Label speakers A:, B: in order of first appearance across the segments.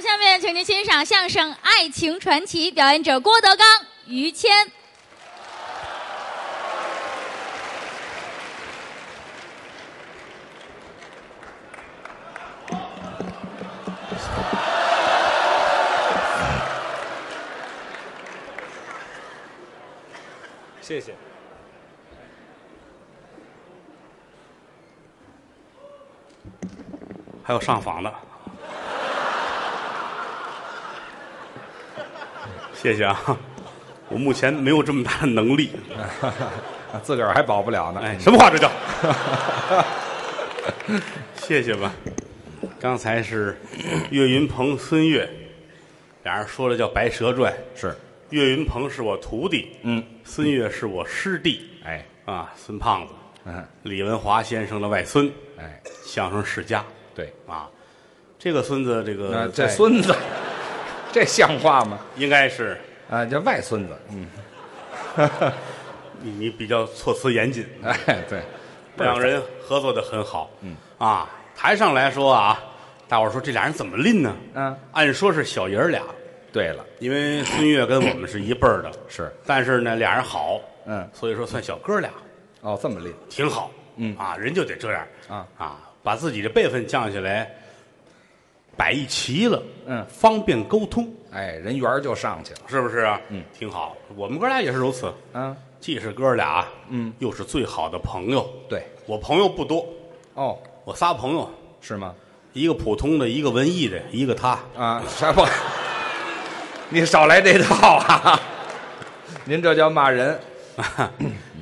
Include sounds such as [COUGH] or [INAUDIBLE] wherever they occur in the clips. A: 下面请您欣赏相声《爱情传奇》，表演者郭德纲、于谦。
B: 谢谢。还有上访的，谢谢啊！我目前没有这么大的能力。
C: 啊自个儿还保不了呢。
B: 哎，什么话这叫？谢谢吧。刚才是岳云鹏、孙越，俩人说的叫《白蛇传》。
C: 是，
B: 岳云鹏是我徒弟，
C: 嗯，
B: 孙越是我师弟，
C: 哎，
B: 啊，孙胖子，
C: 嗯，
B: 李文华先生的外孙，
C: 哎，
B: 相声世家
C: 对，
B: 啊。这个孙子，这
C: 那
B: 个
C: 这
B: 在
C: 孙子， [LAUGHS] 这像话吗？
B: 应该是
C: 啊，这外孙子，嗯，
B: 你你比较措辞严谨，
C: 哎，对，倍儿
B: 两人合作的很好。嗯啊，台上来说啊，大伙儿说这俩人怎么拎呢？
C: 嗯，
B: 按说是小爷儿俩，
C: 对了，
B: 因为孙越跟我们是一辈儿的，
C: 是，
B: 但是呢，俩人好，
C: 嗯
B: 所以说算小哥俩，
C: 哦，这么拎，
B: 挺好。
C: 嗯
B: 啊，人就得这样
C: 啊
B: 把自己的辈分降下来，摆一齐了，
C: 嗯
B: 方便沟通，
C: 哎，人缘儿就上去了，
B: 是不是啊？
C: 嗯，
B: 挺好。我们哥俩也是如此，
C: 嗯，
B: 既是哥俩，
C: 嗯，
B: 又是最好的朋友。
C: 对，
B: 我朋友不多，
C: 哦，
B: 我仨朋友，
C: 是吗？
B: 一个普通的，一个文艺的，一个
C: [LAUGHS]
B: 他。
C: 啊，啥不？你少来这套啊！ [LAUGHS] 您这叫骂人，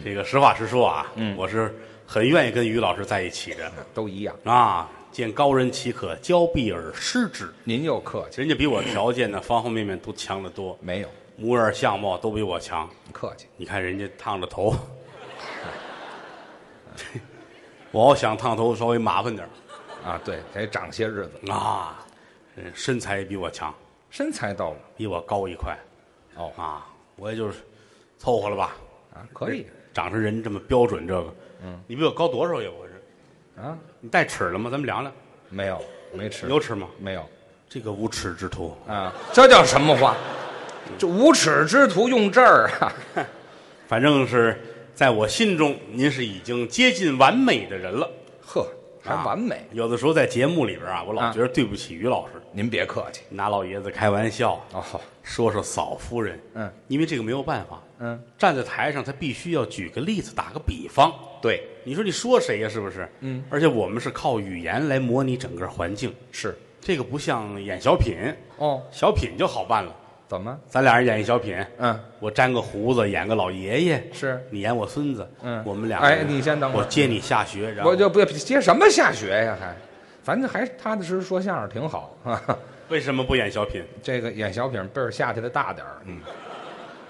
B: 这个实话实说啊，
C: 嗯
B: 我是很愿意跟于老师在一起的
C: 都一样。
B: 啊。见高人岂可交臂而失之？
C: 您又客气，
B: 人家比我条件呢，方方面面都强得多，
C: 没有
B: 模样相貌都比我强。
C: 客气，
B: 你看人家烫着头，我要想烫头稍微麻烦点儿
C: 啊，对，得长些日子，
B: 啊。嗯身材也比我强，
C: 身材到了，
B: 比我高一块
C: 哦
B: 啊，我也就是凑合了吧。
C: 啊，可以
B: 长成人这么标准，这个，嗯，你比我高多少呀？我是，
C: 啊，
B: 你带尺了吗？咱们量量，
C: 没有，没吃，
B: 有尺吗？
C: 没有
B: 这个无耻之徒，
C: 啊？这叫什么话？这无耻之徒用这儿啊？
B: 反正是在我心中，您是已经接近完美的人了，
C: 呵，还
B: 啊
C: 完美。
B: 有的时候在节目里边啊，我老
C: 啊
B: 觉得对不起于老师，
C: 您别客气
B: 拿老爷子开玩笑，
C: 哦，
B: 说说嫂夫人，
C: 嗯，
B: 因为这个没有办法，
C: 嗯，
B: 站在台上他必须要举个例子，打个比方。
C: 对，
B: 你说你说谁呀？是不是？嗯，而且我们是靠语言来模拟整个环境，
C: 是
B: 这个不像演小品，
C: 哦，
B: 小品就好办了。
C: 怎么？
B: 咱俩人演一小品，
C: 嗯，
B: 我粘个胡子，演个老爷爷，
C: 是
B: 你演我孙子，
C: 嗯
B: 我们俩
C: 哎
B: 人
C: 你先等会儿
B: 我接你下学，然后
C: 我就不接什么下学呀？还，咱这还踏踏实实说相声挺好。哈哈。
B: 为什么不演小品？
C: 这个演小品辈儿下去的大点儿，嗯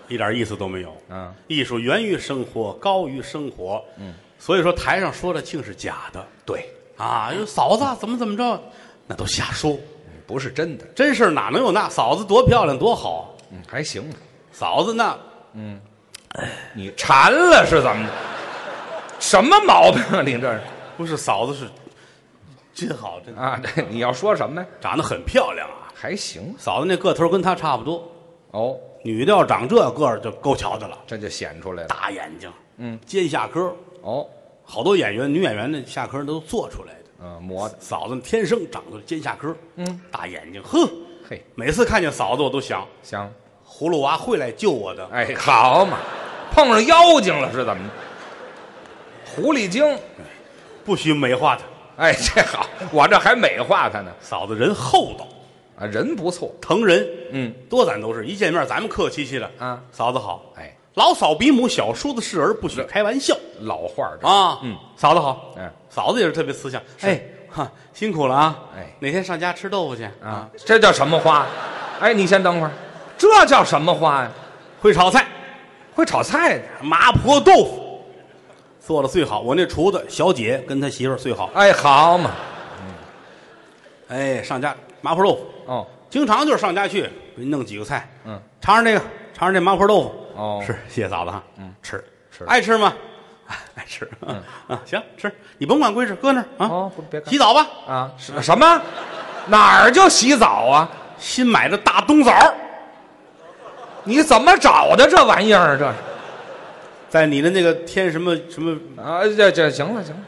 B: 一点意思都没有。
C: 啊，
B: 艺术源于生活，高于生活，嗯，所以说台上说的竟是假的
C: 对，
B: 啊，有嫂子怎么怎么着，那都瞎说，
C: 不是真的，
B: 真事儿哪能有那嫂子多漂亮多好，啊
C: 嗯，还行吧。
B: 嫂子那
C: 你馋了是怎么的？什么毛病啊？你这是
B: 不是嫂子是真好，真
C: 啊？这你要说什么呀？
B: 长得很漂亮啊，
C: 还行
B: 嫂子那个头跟她差不多，
C: 哦，
B: 女的要长这个儿就够瞧的了，
C: 这就显出来了
B: 大眼睛，
C: 嗯，
B: 尖下颏，
C: 哦，
B: 好多演员女演员的下颏都做出来的。
C: 嗯，磨的，
B: 嫂子天生长的尖下颏，
C: 嗯，
B: 大眼睛，呵，
C: 嘿，
B: 每次看见嫂子我都想，
C: 香，
B: 葫芦娃会来救我的。
C: 哎，好嘛，碰上妖精了是怎么的？狐狸精，
B: 不许美化她，
C: 哎，这好，我这还美化他呢
B: 嫂子人厚道，
C: 啊，人不错，
B: 疼人，
C: 嗯，
B: 多咱都是一见面咱们客气气的
C: 啊。
B: 嫂子好，
C: 哎，
B: 老嫂比母，小叔子是儿，不许开玩笑
C: 老话儿这，
B: 啊。
C: 嗯，
B: 嫂子好，
C: 哎
B: 嫂子也是特别慈祥，哎，哈，辛苦了啊，
C: 哎
B: 哪天上家吃豆腐去
C: 啊，这叫什么花？哎，你先等会儿，这叫什么花呀？
B: 会炒菜，
C: 会炒菜的。
B: 麻婆豆腐做的最好。我那厨子小姐跟她媳妇儿最好。
C: 哎，好嘛，
B: 哎，上家麻婆豆腐，
C: 哦，
B: 经常就是上家去给你弄几个菜，
C: 嗯，
B: 尝尝这个，尝尝这麻婆豆腐。
C: 哦
B: 是，谢谢嫂子哈。嗯，吃
C: 吃
B: 爱吃吗？哎爱吃。嗯啊，行，吃，你甭管规矩，搁那儿啊。
C: 哦不别看
B: 洗澡吧，
C: 啊，什什么？哪儿就洗澡啊？
B: 新买的大冬枣，
C: 你怎么找的这玩意儿？这是
B: 在你的那个天什么什么，
C: 啊，这这行了行了，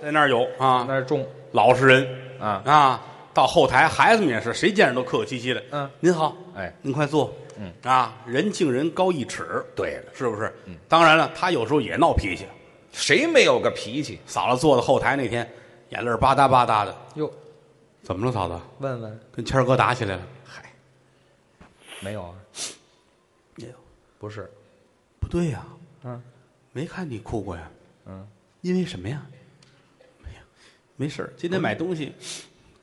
B: 在那儿有啊，
C: 那是中
B: 老实人
C: 啊，
B: 啊，到后台孩子们也是，谁见着都客客气气的。
C: 嗯，
B: 您好，
C: 哎，
B: 您快坐。
C: 嗯
B: 啊，人敬人高一尺，
C: 对了，
B: 是不是？当然了，他有时候也闹脾气。
C: 谁没有个脾气？
B: 嫂子坐在后台那天，眼泪儿吧嗒吧嗒的。
C: 哟，
B: 怎么了，嫂子？
C: 问问
B: 跟谦儿哥打起来了？
C: 没有啊？
B: 没有，
C: 不是，
B: 不对呀、
C: 嗯，
B: 没看你哭过呀。
C: 嗯，
B: 因为什么呀？哎没有，没事儿。今天买东西，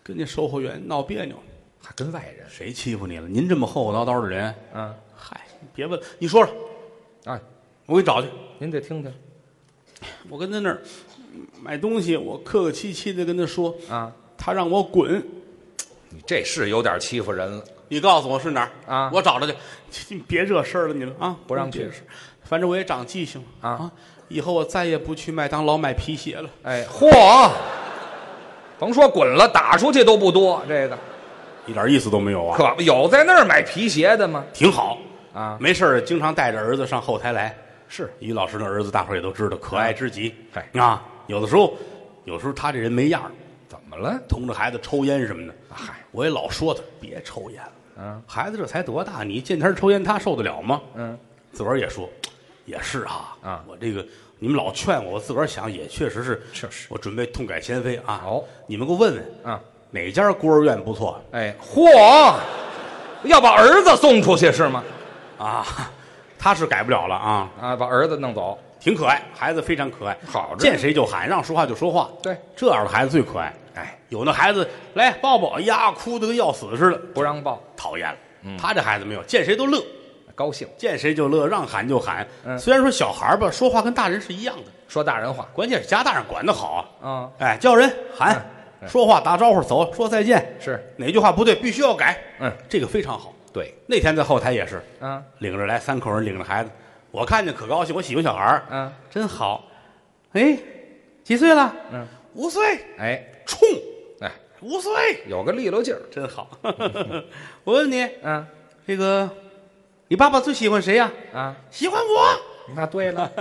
B: 跟那售货员闹别扭，
C: 还跟外人，
B: 谁欺负你了？您这么厚厚道道的人，
C: 嗯
B: 嗨，你别问了，你说说，
C: 啊，
B: 我给你找去。
C: 您得听听
B: 我跟他那儿嗯买东西，我客客气气的跟他说，
C: 啊，
B: 他让我滚。
C: 你这是有点欺负人了。
B: 你告诉我是哪儿
C: 啊
B: 我找他去。你别惹事儿了，你们啊，
C: 不让去
B: 别惹事儿。反正我也长记性了
C: 啊
B: 以后我再也不去麦当劳买皮鞋了。
C: 哎，嚯，甭说滚了，打出去都不多。这个
B: 一点意思都没有啊，
C: 可不有在那儿买皮鞋的吗？
B: 挺好。
C: 啊，
B: 没事儿，经常带着儿子上后台来。
C: 是
B: 于老师的儿子，大伙儿也都知道，可爱之极。
C: 嗨
B: 啊，有的时候，有时候他这人没样儿，
C: 怎么了？
B: 同着孩子抽烟什么的。
C: 嗨，
B: 我也老说他别抽烟了，
C: 嗯
B: 孩子这才多大，你见他抽烟，他受得了吗？
C: 嗯，
B: 自个儿也说，也是哈
C: 啊
B: 我这个你们老劝我，我自个儿想也确实是，
C: 确实
B: 我准备痛改前非啊。
C: 好，
B: 你们给我问问
C: 啊，
B: 哪家孤儿院不错
C: 哎，嚯，要把儿子送出去是吗？
B: 啊？他是改不了了啊，
C: 啊，把儿子弄走，
B: 挺可爱，孩子非常可爱，
C: 好着呢
B: 见谁就喊，让说话就说话，
C: 对，
B: 这样的孩子最可爱。
C: 哎，
B: 有那孩子来抱抱，哎呀，哭的跟要死似的，
C: 不让抱，
B: 讨厌了。
C: 嗯
B: 他这孩子没有，见谁都乐，
C: 高兴，
B: 见谁就乐，让喊就喊。
C: 嗯
B: 虽然说小孩儿吧，说话跟大人是一样的，
C: 说大人话
B: 关键是家大人管得好啊。
C: 啊，
B: 哎，叫人喊，
C: 嗯
B: 说话打招呼，走，说再见。
C: 是，
B: 哪句话不对，必须要改。
C: 嗯，
B: 这个非常好。
C: 对，
B: 那天在后台也是，
C: 啊，
B: 领着来三口人，领着孩子，我看见可高兴，我喜欢小孩儿，
C: 嗯，
B: 真好。哎，几岁了？
C: 嗯，
B: 五岁，
C: 哎，
B: 冲，
C: 哎，
B: 五岁，
C: 有个利落劲儿，
B: 真好。 [LAUGHS] 我问你，
C: 嗯
B: 这个，你爸爸最喜欢谁呀、
C: 啊，
B: 喜欢我。
C: 那对了，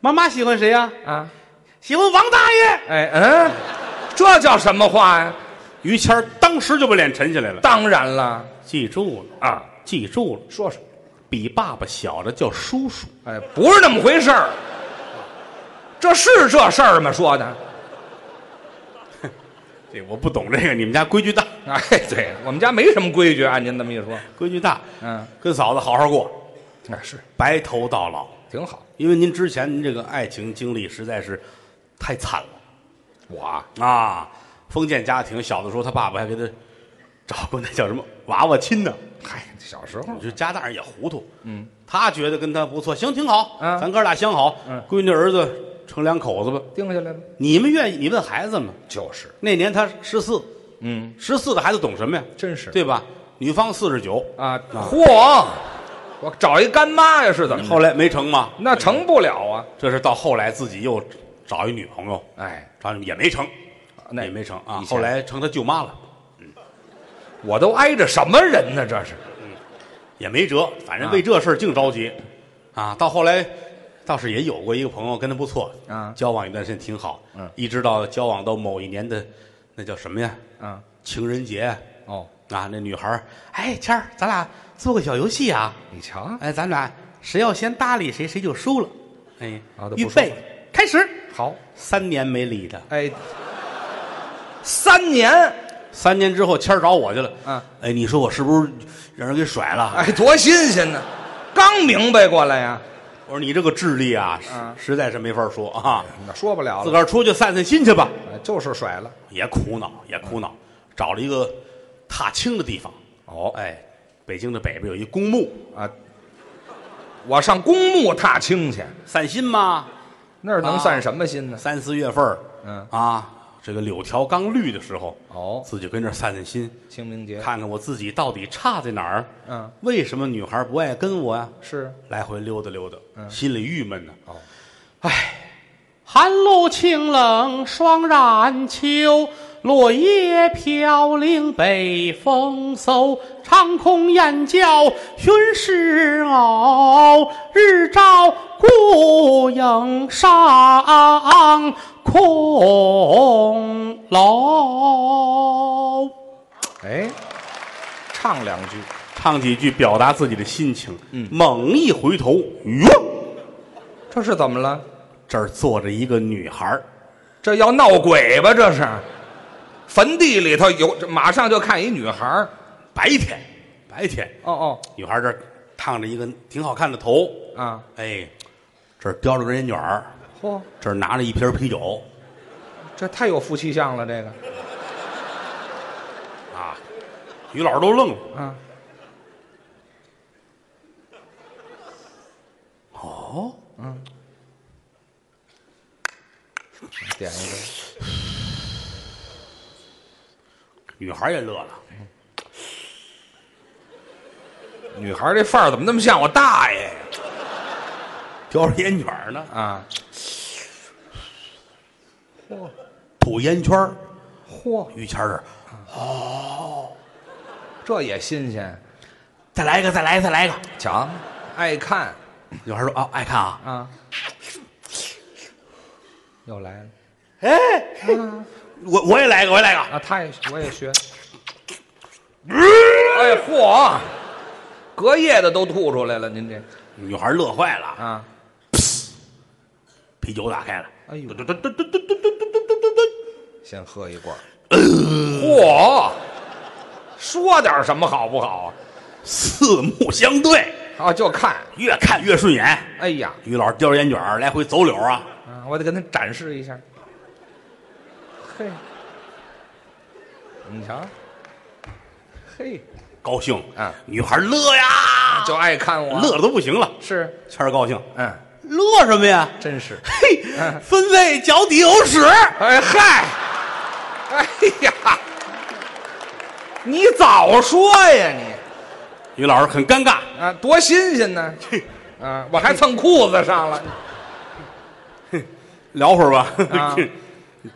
B: 妈妈喜欢谁呀、
C: 啊，
B: 喜欢王大爷。
C: 哎，嗯，这叫什么话呀？
B: 于谦儿当时就把脸沉下来了，
C: 当然了
B: 记住了，
C: 啊，
B: 记住了。
C: 说说，
B: 比爸爸小的叫叔叔，
C: 哎，不是那么回事儿，这是这事儿吗？说的，
B: 这我不懂这个，你们家规矩大，
C: 哎，对我们家没什么规矩，按您这么一说，
B: 规矩大，
C: 嗯，
B: 跟嫂子好好过，
C: 哎，是
B: 白头到老。
C: 挺好，
B: 因为您之前您这个爱情经历实在是太惨了
C: 我啊
B: 啊！封建家庭，小的时候他爸爸还给他找过那叫什么娃娃亲呢，
C: 嗨，小时
B: 我
C: 候
B: 觉得家大人也糊涂，嗯，他觉得跟他不错，行，挺好，
C: 嗯
B: 咱哥俩相好，
C: 嗯
B: 闺女儿子成两口子吧。
C: 定下来了，
B: 你们愿意？你问孩子吗？
C: 就是，
B: 那年他十四，
C: 嗯，
B: 十四的孩子懂什么呀？
C: 真是
B: 对吧？女方四十九，
C: 啊，嚯，我找一干妈呀，是怎么着？
B: 后来没成嘛，
C: 那成不了啊，
B: 这是到后来自己又找一女朋友，
C: 哎，
B: 找也没成，
C: 那
B: 也没成啊。
C: 以前
B: 后来成他舅妈了，
C: 我都挨着什么人呢？这是
B: 也没辙，反正
C: 啊
B: 为这事儿净着急，啊，到后来倒是也有过一个朋友跟他不错，
C: 啊
B: 交往一段时间挺好，
C: 嗯
B: 一直到交往到某一年的那叫什么呀？
C: 啊，
B: 情人节
C: 哦，
B: 啊，那女孩儿，哎，谦儿，咱俩做个小游戏啊，
C: 你瞧，
B: 哎，咱俩谁要先搭理谁，谁就输了，哎
C: 啊都，不
B: 预
C: 说
B: 备，开始，
C: 好，
B: 三年没理他，
C: 哎，三年，
B: 三年之后，谦儿找我去了。
C: 嗯，
B: 哎，你说我是不是让人给甩了？
C: 哎，多新鲜呢，刚明白过来呀，
B: 我说你这个智力啊，实
C: 嗯
B: 实在是没法说 [LAUGHS] 啊。
C: 那说不了
B: 自
C: 了，
B: 个儿出去散散心去吧。
C: 哎就是甩了，
B: 也苦恼，也苦恼，找了一个踏青的地方。
C: 哦，
B: 哎，北京的北边有一公墓，
C: 啊，我上公墓踏青去，啊
B: 散心嘛。
C: 那儿能散什么心呢？
B: 三四月份儿
C: 嗯
B: 啊，这个柳条刚绿的时候，
C: 哦，
B: 自己跟这儿散散心，
C: 清明节，
B: 看看我自己到底差在哪儿。
C: 嗯，
B: 为什么女孩不爱跟我呀、
C: 是，
B: 来回溜达溜达，
C: 嗯
B: 心里郁闷呢。
C: 哦，
B: 寒露清冷霜染秋，
D: 落叶飘零北风嗖，长空雁叫寻石偶，日照孤影上空楼。
C: 哎，唱两句，
B: 唱几句表达自己的心情。嗯，猛一回头，哟，
C: 这是怎么了？
B: 这儿坐着一个女孩儿
C: 这要闹鬼吧？这是，坟地里头有，这马上就看一女孩儿
B: 白天，白天，
C: 哦哦，
B: 女孩儿这儿烫着一个挺好看的头，
C: 啊，
B: 哎，这儿叼着根烟卷儿，
C: 嚯、
B: 这儿拿着一瓶啤酒
C: 这太有夫妻相了，这个
B: 啊，于老师都愣了。
C: 啊，
B: 哦，
C: 嗯点一个，
B: 女孩儿也乐了。
C: 女孩儿这范儿怎么那么像我大爷呀？
B: 叼着烟卷儿呢，
C: 啊，
B: 吐烟圈儿
C: 嚯，
B: 于谦儿啊这儿
C: 这也新鲜，
B: 再来一个，再来一个，再来一个。
C: 瞧，爱看
B: 啊女孩儿说：“啊，爱看啊。
C: 啊，又来了”
B: 哎，我我也来一个，我也来一个。
C: 啊，他也我也 [LAUGHS] 学，哎嚯，隔夜的都吐出来了，您这
B: 女孩儿乐坏了，
C: 啊，
B: 啤酒打开了，
C: 哎呦
B: 嘟嘟嘟嘟嘟嘟嘟嘟嘟嘟嘟嘟
C: 先喝一罐儿，嚯，说点什么好不好
B: 四目相对，
C: 啊？啊，就看，
B: 越看越顺眼。
C: 哎呀，
B: 于老师叼着烟卷儿来回走柳儿啊，
C: 啊，我得跟他展示一下。嘿，你瞧，嘿，
B: 高兴
C: 啊
B: 女孩儿乐呀，
C: 就爱看我，
B: 乐的都不行了。
C: 是，
B: 谦儿高兴，
C: 嗯，
B: 乐什么呀？
C: 真是，
B: 嘿
C: 嗯，
B: 分贝脚底有屎。
C: 哎嗨，哎呀，你早说呀你
B: 于老师很尴尬，
C: 啊，多新鲜呢！啊，我还蹭裤子上了，
B: 聊会儿吧。
C: 啊
B: [LAUGHS]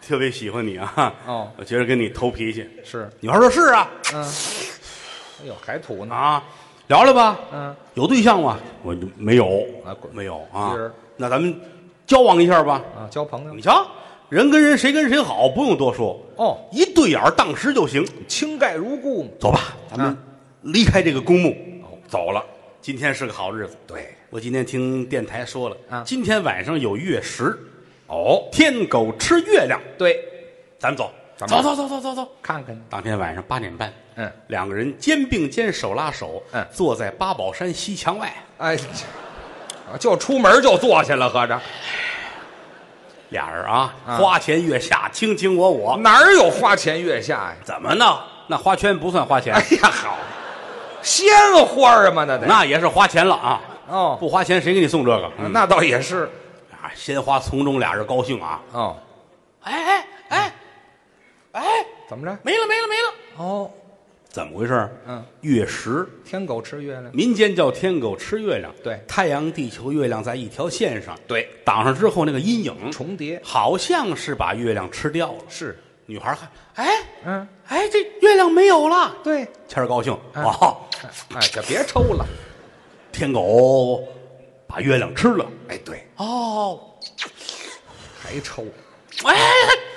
B: 特别喜欢你啊！
C: 哦
B: 我觉得跟你投脾气。
C: 是，
B: 女孩说：“是啊，
C: 嗯，哎呦，还吐呢，
B: 啊，聊聊吧。
C: 嗯，
B: 有对象吗？我就没有
C: 啊滚
B: 没有啊
C: 一人。
B: 那咱们交往一下吧。
C: 啊，交朋友
B: 你，瞧，人跟人谁跟谁好，不用多说，
C: 哦，
B: 一对眼儿当时就行。
C: 清盖如故嘛，
B: 走吧，咱们
C: 啊
B: 离开这个公墓。
C: 哦，走了，
B: 今天是个好日子。
C: 对，
B: 我今天听电台说了，
C: 啊
B: 今天晚上有月食，
C: 哦，
B: 天狗吃月亮。
C: 对，
B: 咱们走，
C: 咱
B: 走
C: 们
B: 走走走走走。
C: 看看，
B: 当天晚上八点半，
C: 嗯，
B: 两个人肩并肩、手拉手，
C: 嗯
B: 坐在八宝山西墙外，
C: 哎，这啊就出门就坐下了，合着
B: 俩人啊，嗯
C: 啊
B: 花前月下，卿卿我我，
C: 哪儿有花前月下呀？
B: 怎么呢？那花圈不算花钱，
C: 哎呀，好，鲜花儿嘛，那
B: [LAUGHS]
C: 得
B: 那也是花钱了啊！
C: 哦，
B: 不花钱谁给你送这个？嗯
C: 那倒也是
B: 啊，鲜花丛中，俩人高兴啊！
C: 哦，
B: 哎哎哎哎，
C: 怎么着？
B: 没了没了没了，
C: 哦，
B: 怎么回事？
C: 嗯，
B: 月食，
C: 天狗吃月亮，
B: 民间叫天狗吃月亮，
C: 对
B: 太阳、地球、月亮在一条线上，
C: 对，
B: 挡上之后那个阴影
C: 重叠
B: 好像是把月亮吃掉了。
C: 是，
B: 女孩看，哎
C: 嗯，
B: 哎，这月亮没有了，
C: 对，
B: 谦儿高兴
C: 啊
B: 哦，
C: 哎，可别抽了，
B: 天狗把月亮吃了。
C: 哎，对，
B: 哦，
C: 还抽
B: 哎，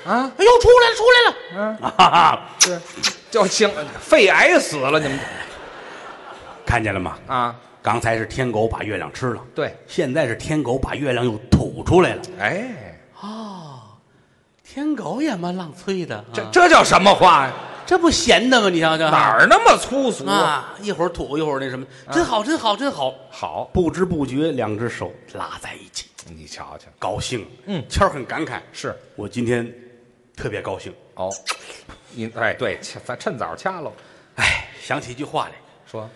C: 啊，
B: 哎呦，出来了，出来了！
C: 嗯，
B: 啊哈哈，
C: 是，就行，肺癌死了你们
B: [LAUGHS] 看见了吗？
C: 啊，
B: 刚才是天狗把月亮吃了，
C: 对，
B: 现在是天狗把月亮又吐出来了。
C: 哎，
B: 天狗也蛮浪催的，
C: 这
B: 啊
C: 这叫什么话呀？
B: 这不闲的吗？你瞧瞧
C: 哪儿那么粗俗？
B: 啊？一会儿吐一会儿那什么，真好，真好，真好。
C: 好，
B: 不知不觉，两只手拉在一起，
C: 你瞧瞧，
B: 高兴。
C: 嗯
B: 谦儿很感慨，
C: 是
B: 我今天特别高兴。
C: 哦，你哎对，切咱趁早掐喽。
B: 哎，想起一句话来，
C: 说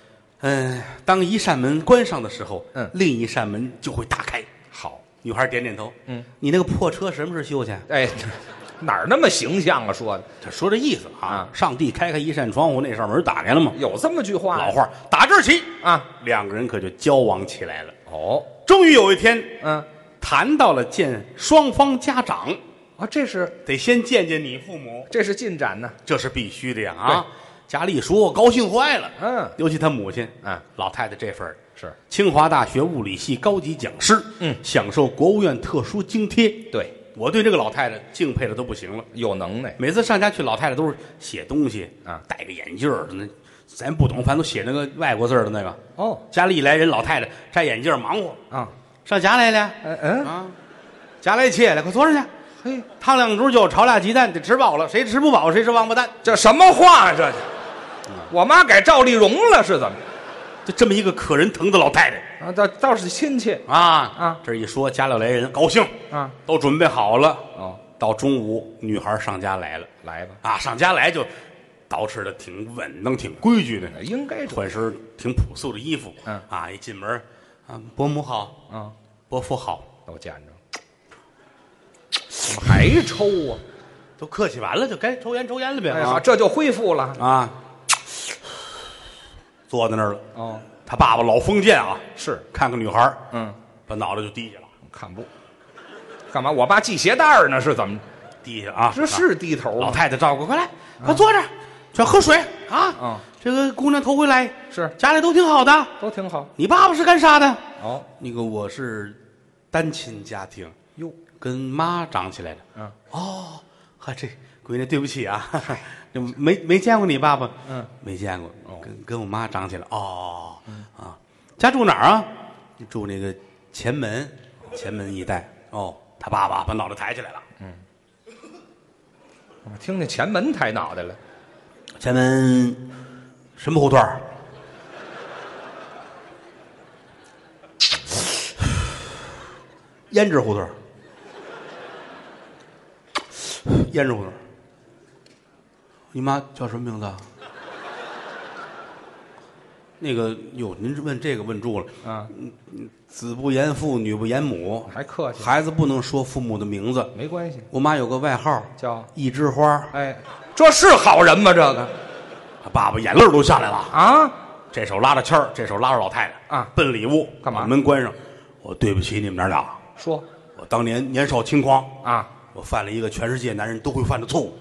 B: 嗯，当一扇门关上的时候，
C: 嗯
B: 另一扇门就会打开。
C: 好，
B: 女孩点点头，
C: 嗯，
B: 你那个破车什么时候修去？
C: 哎，哪儿那么形象啊？说的
B: 他说这意思啊
C: 啊，
B: 上帝开开一扇窗户，那扇门打开了吗？
C: 有这么句话呀
B: 老话，打这儿起，
C: 啊？
B: 两个人可就交往起来了。
C: 哦，
B: 终于有一天，
C: 嗯，
B: 谈到了见双方家长，
C: 啊，这是
B: 得先见见你父母，
C: 这是进展呢，
B: 这是必须的呀啊！家里一说，我高兴坏了。
C: 嗯
B: 尤其他母亲，
C: 嗯，
B: 老太太这份儿
C: 是
B: 清华大学物理系高级讲师，
C: 嗯
B: 享受国务院特殊津贴。
C: 对，
B: 我对这个老太太敬佩的都不行了。
C: 有能耐，
B: 每次上家去，老太太都是写东西
C: 啊
B: 戴个眼镜儿，那咱不懂，反正都写那个外国字儿的那个。
C: 哦，
B: 家里一来人，老太太摘眼镜儿忙活，
C: 啊，
B: 上家来了
C: 嗯嗯，
B: 啊，家来切了，快坐上去，
C: 嘿，
B: 烫两盅酒，炒俩鸡蛋，得吃饱了，谁吃不饱谁是王八蛋。
C: 这什么话啊这？我妈改赵丽蓉了是怎么？
B: 就这么一个可人疼的老太太
C: 啊，倒倒是亲戚
B: 啊
C: 啊
B: 这一说家里来人高兴，
C: 啊，
B: 都准备好了。
C: 哦，
B: 到中午，女孩上家来了
C: 来吧，
B: 啊，上家来就捯饬的挺稳当，挺规矩的。
C: 应该这
B: 换身挺朴素的衣服，
C: 嗯
B: 啊，一进门，啊，伯母好，
C: 啊，
B: 伯父好，
C: 我见着，怎么还抽啊？
B: 都客气完了，就该抽烟抽烟了呗。
C: 哎
B: 啊
C: 呀，这就恢复了。
B: 啊，坐在那儿了。
C: 哦，
B: 他爸爸老封建啊，
C: 是，
B: 看看女孩儿，
C: 嗯，
B: 把脑袋就低下了，
C: 看不，干嘛？我爸系鞋带儿呢，是怎么着？
B: 低下啊，
C: 这是低头
B: 老
C: 吗？
B: 太太照顾，快来，快坐这儿，全喝水啊。
C: 嗯
B: 这个姑娘头回来，
C: 是，
B: 家里都挺好的。
C: 都挺好。
B: 你爸爸是干啥的？
C: 哦，
B: 那个我是单亲家庭，
C: 哟，
B: 跟妈长起来的。
C: 嗯，
B: 哦，哈，这闺女对不起啊， [LAUGHS] 就没没见过你爸爸，
C: 嗯，
B: 没见过，跟跟我妈长起来，哦，啊，家住哪儿啊？住那个前门，前门一带。哦，他爸爸把脑袋抬起来了，
C: 我听见前门抬脑袋了。
B: 前门什么胡同儿？胭脂胡同儿，胭脂胡同儿。你妈叫什么名字啊？那个哟，您是问这个问住了。
C: 啊，
B: 子不言父，女不言母，
C: 还客气，
B: 孩子不能说父母的名字。
C: 没关系。
B: 我妈有个外号
C: 叫
B: 一枝花儿，
C: 哎，这是好人吗？这个
B: 她爸爸眼泪儿都下来了。
C: 啊，
B: 这手拉着谦儿，这手拉着老太太
C: 啊
B: 奔里屋
C: 干嘛
B: 把门关上。我对不起你们娘俩，
C: 说
B: 我当年年少轻狂，
C: 啊，
B: 我犯了一个全世界男人都会犯的错误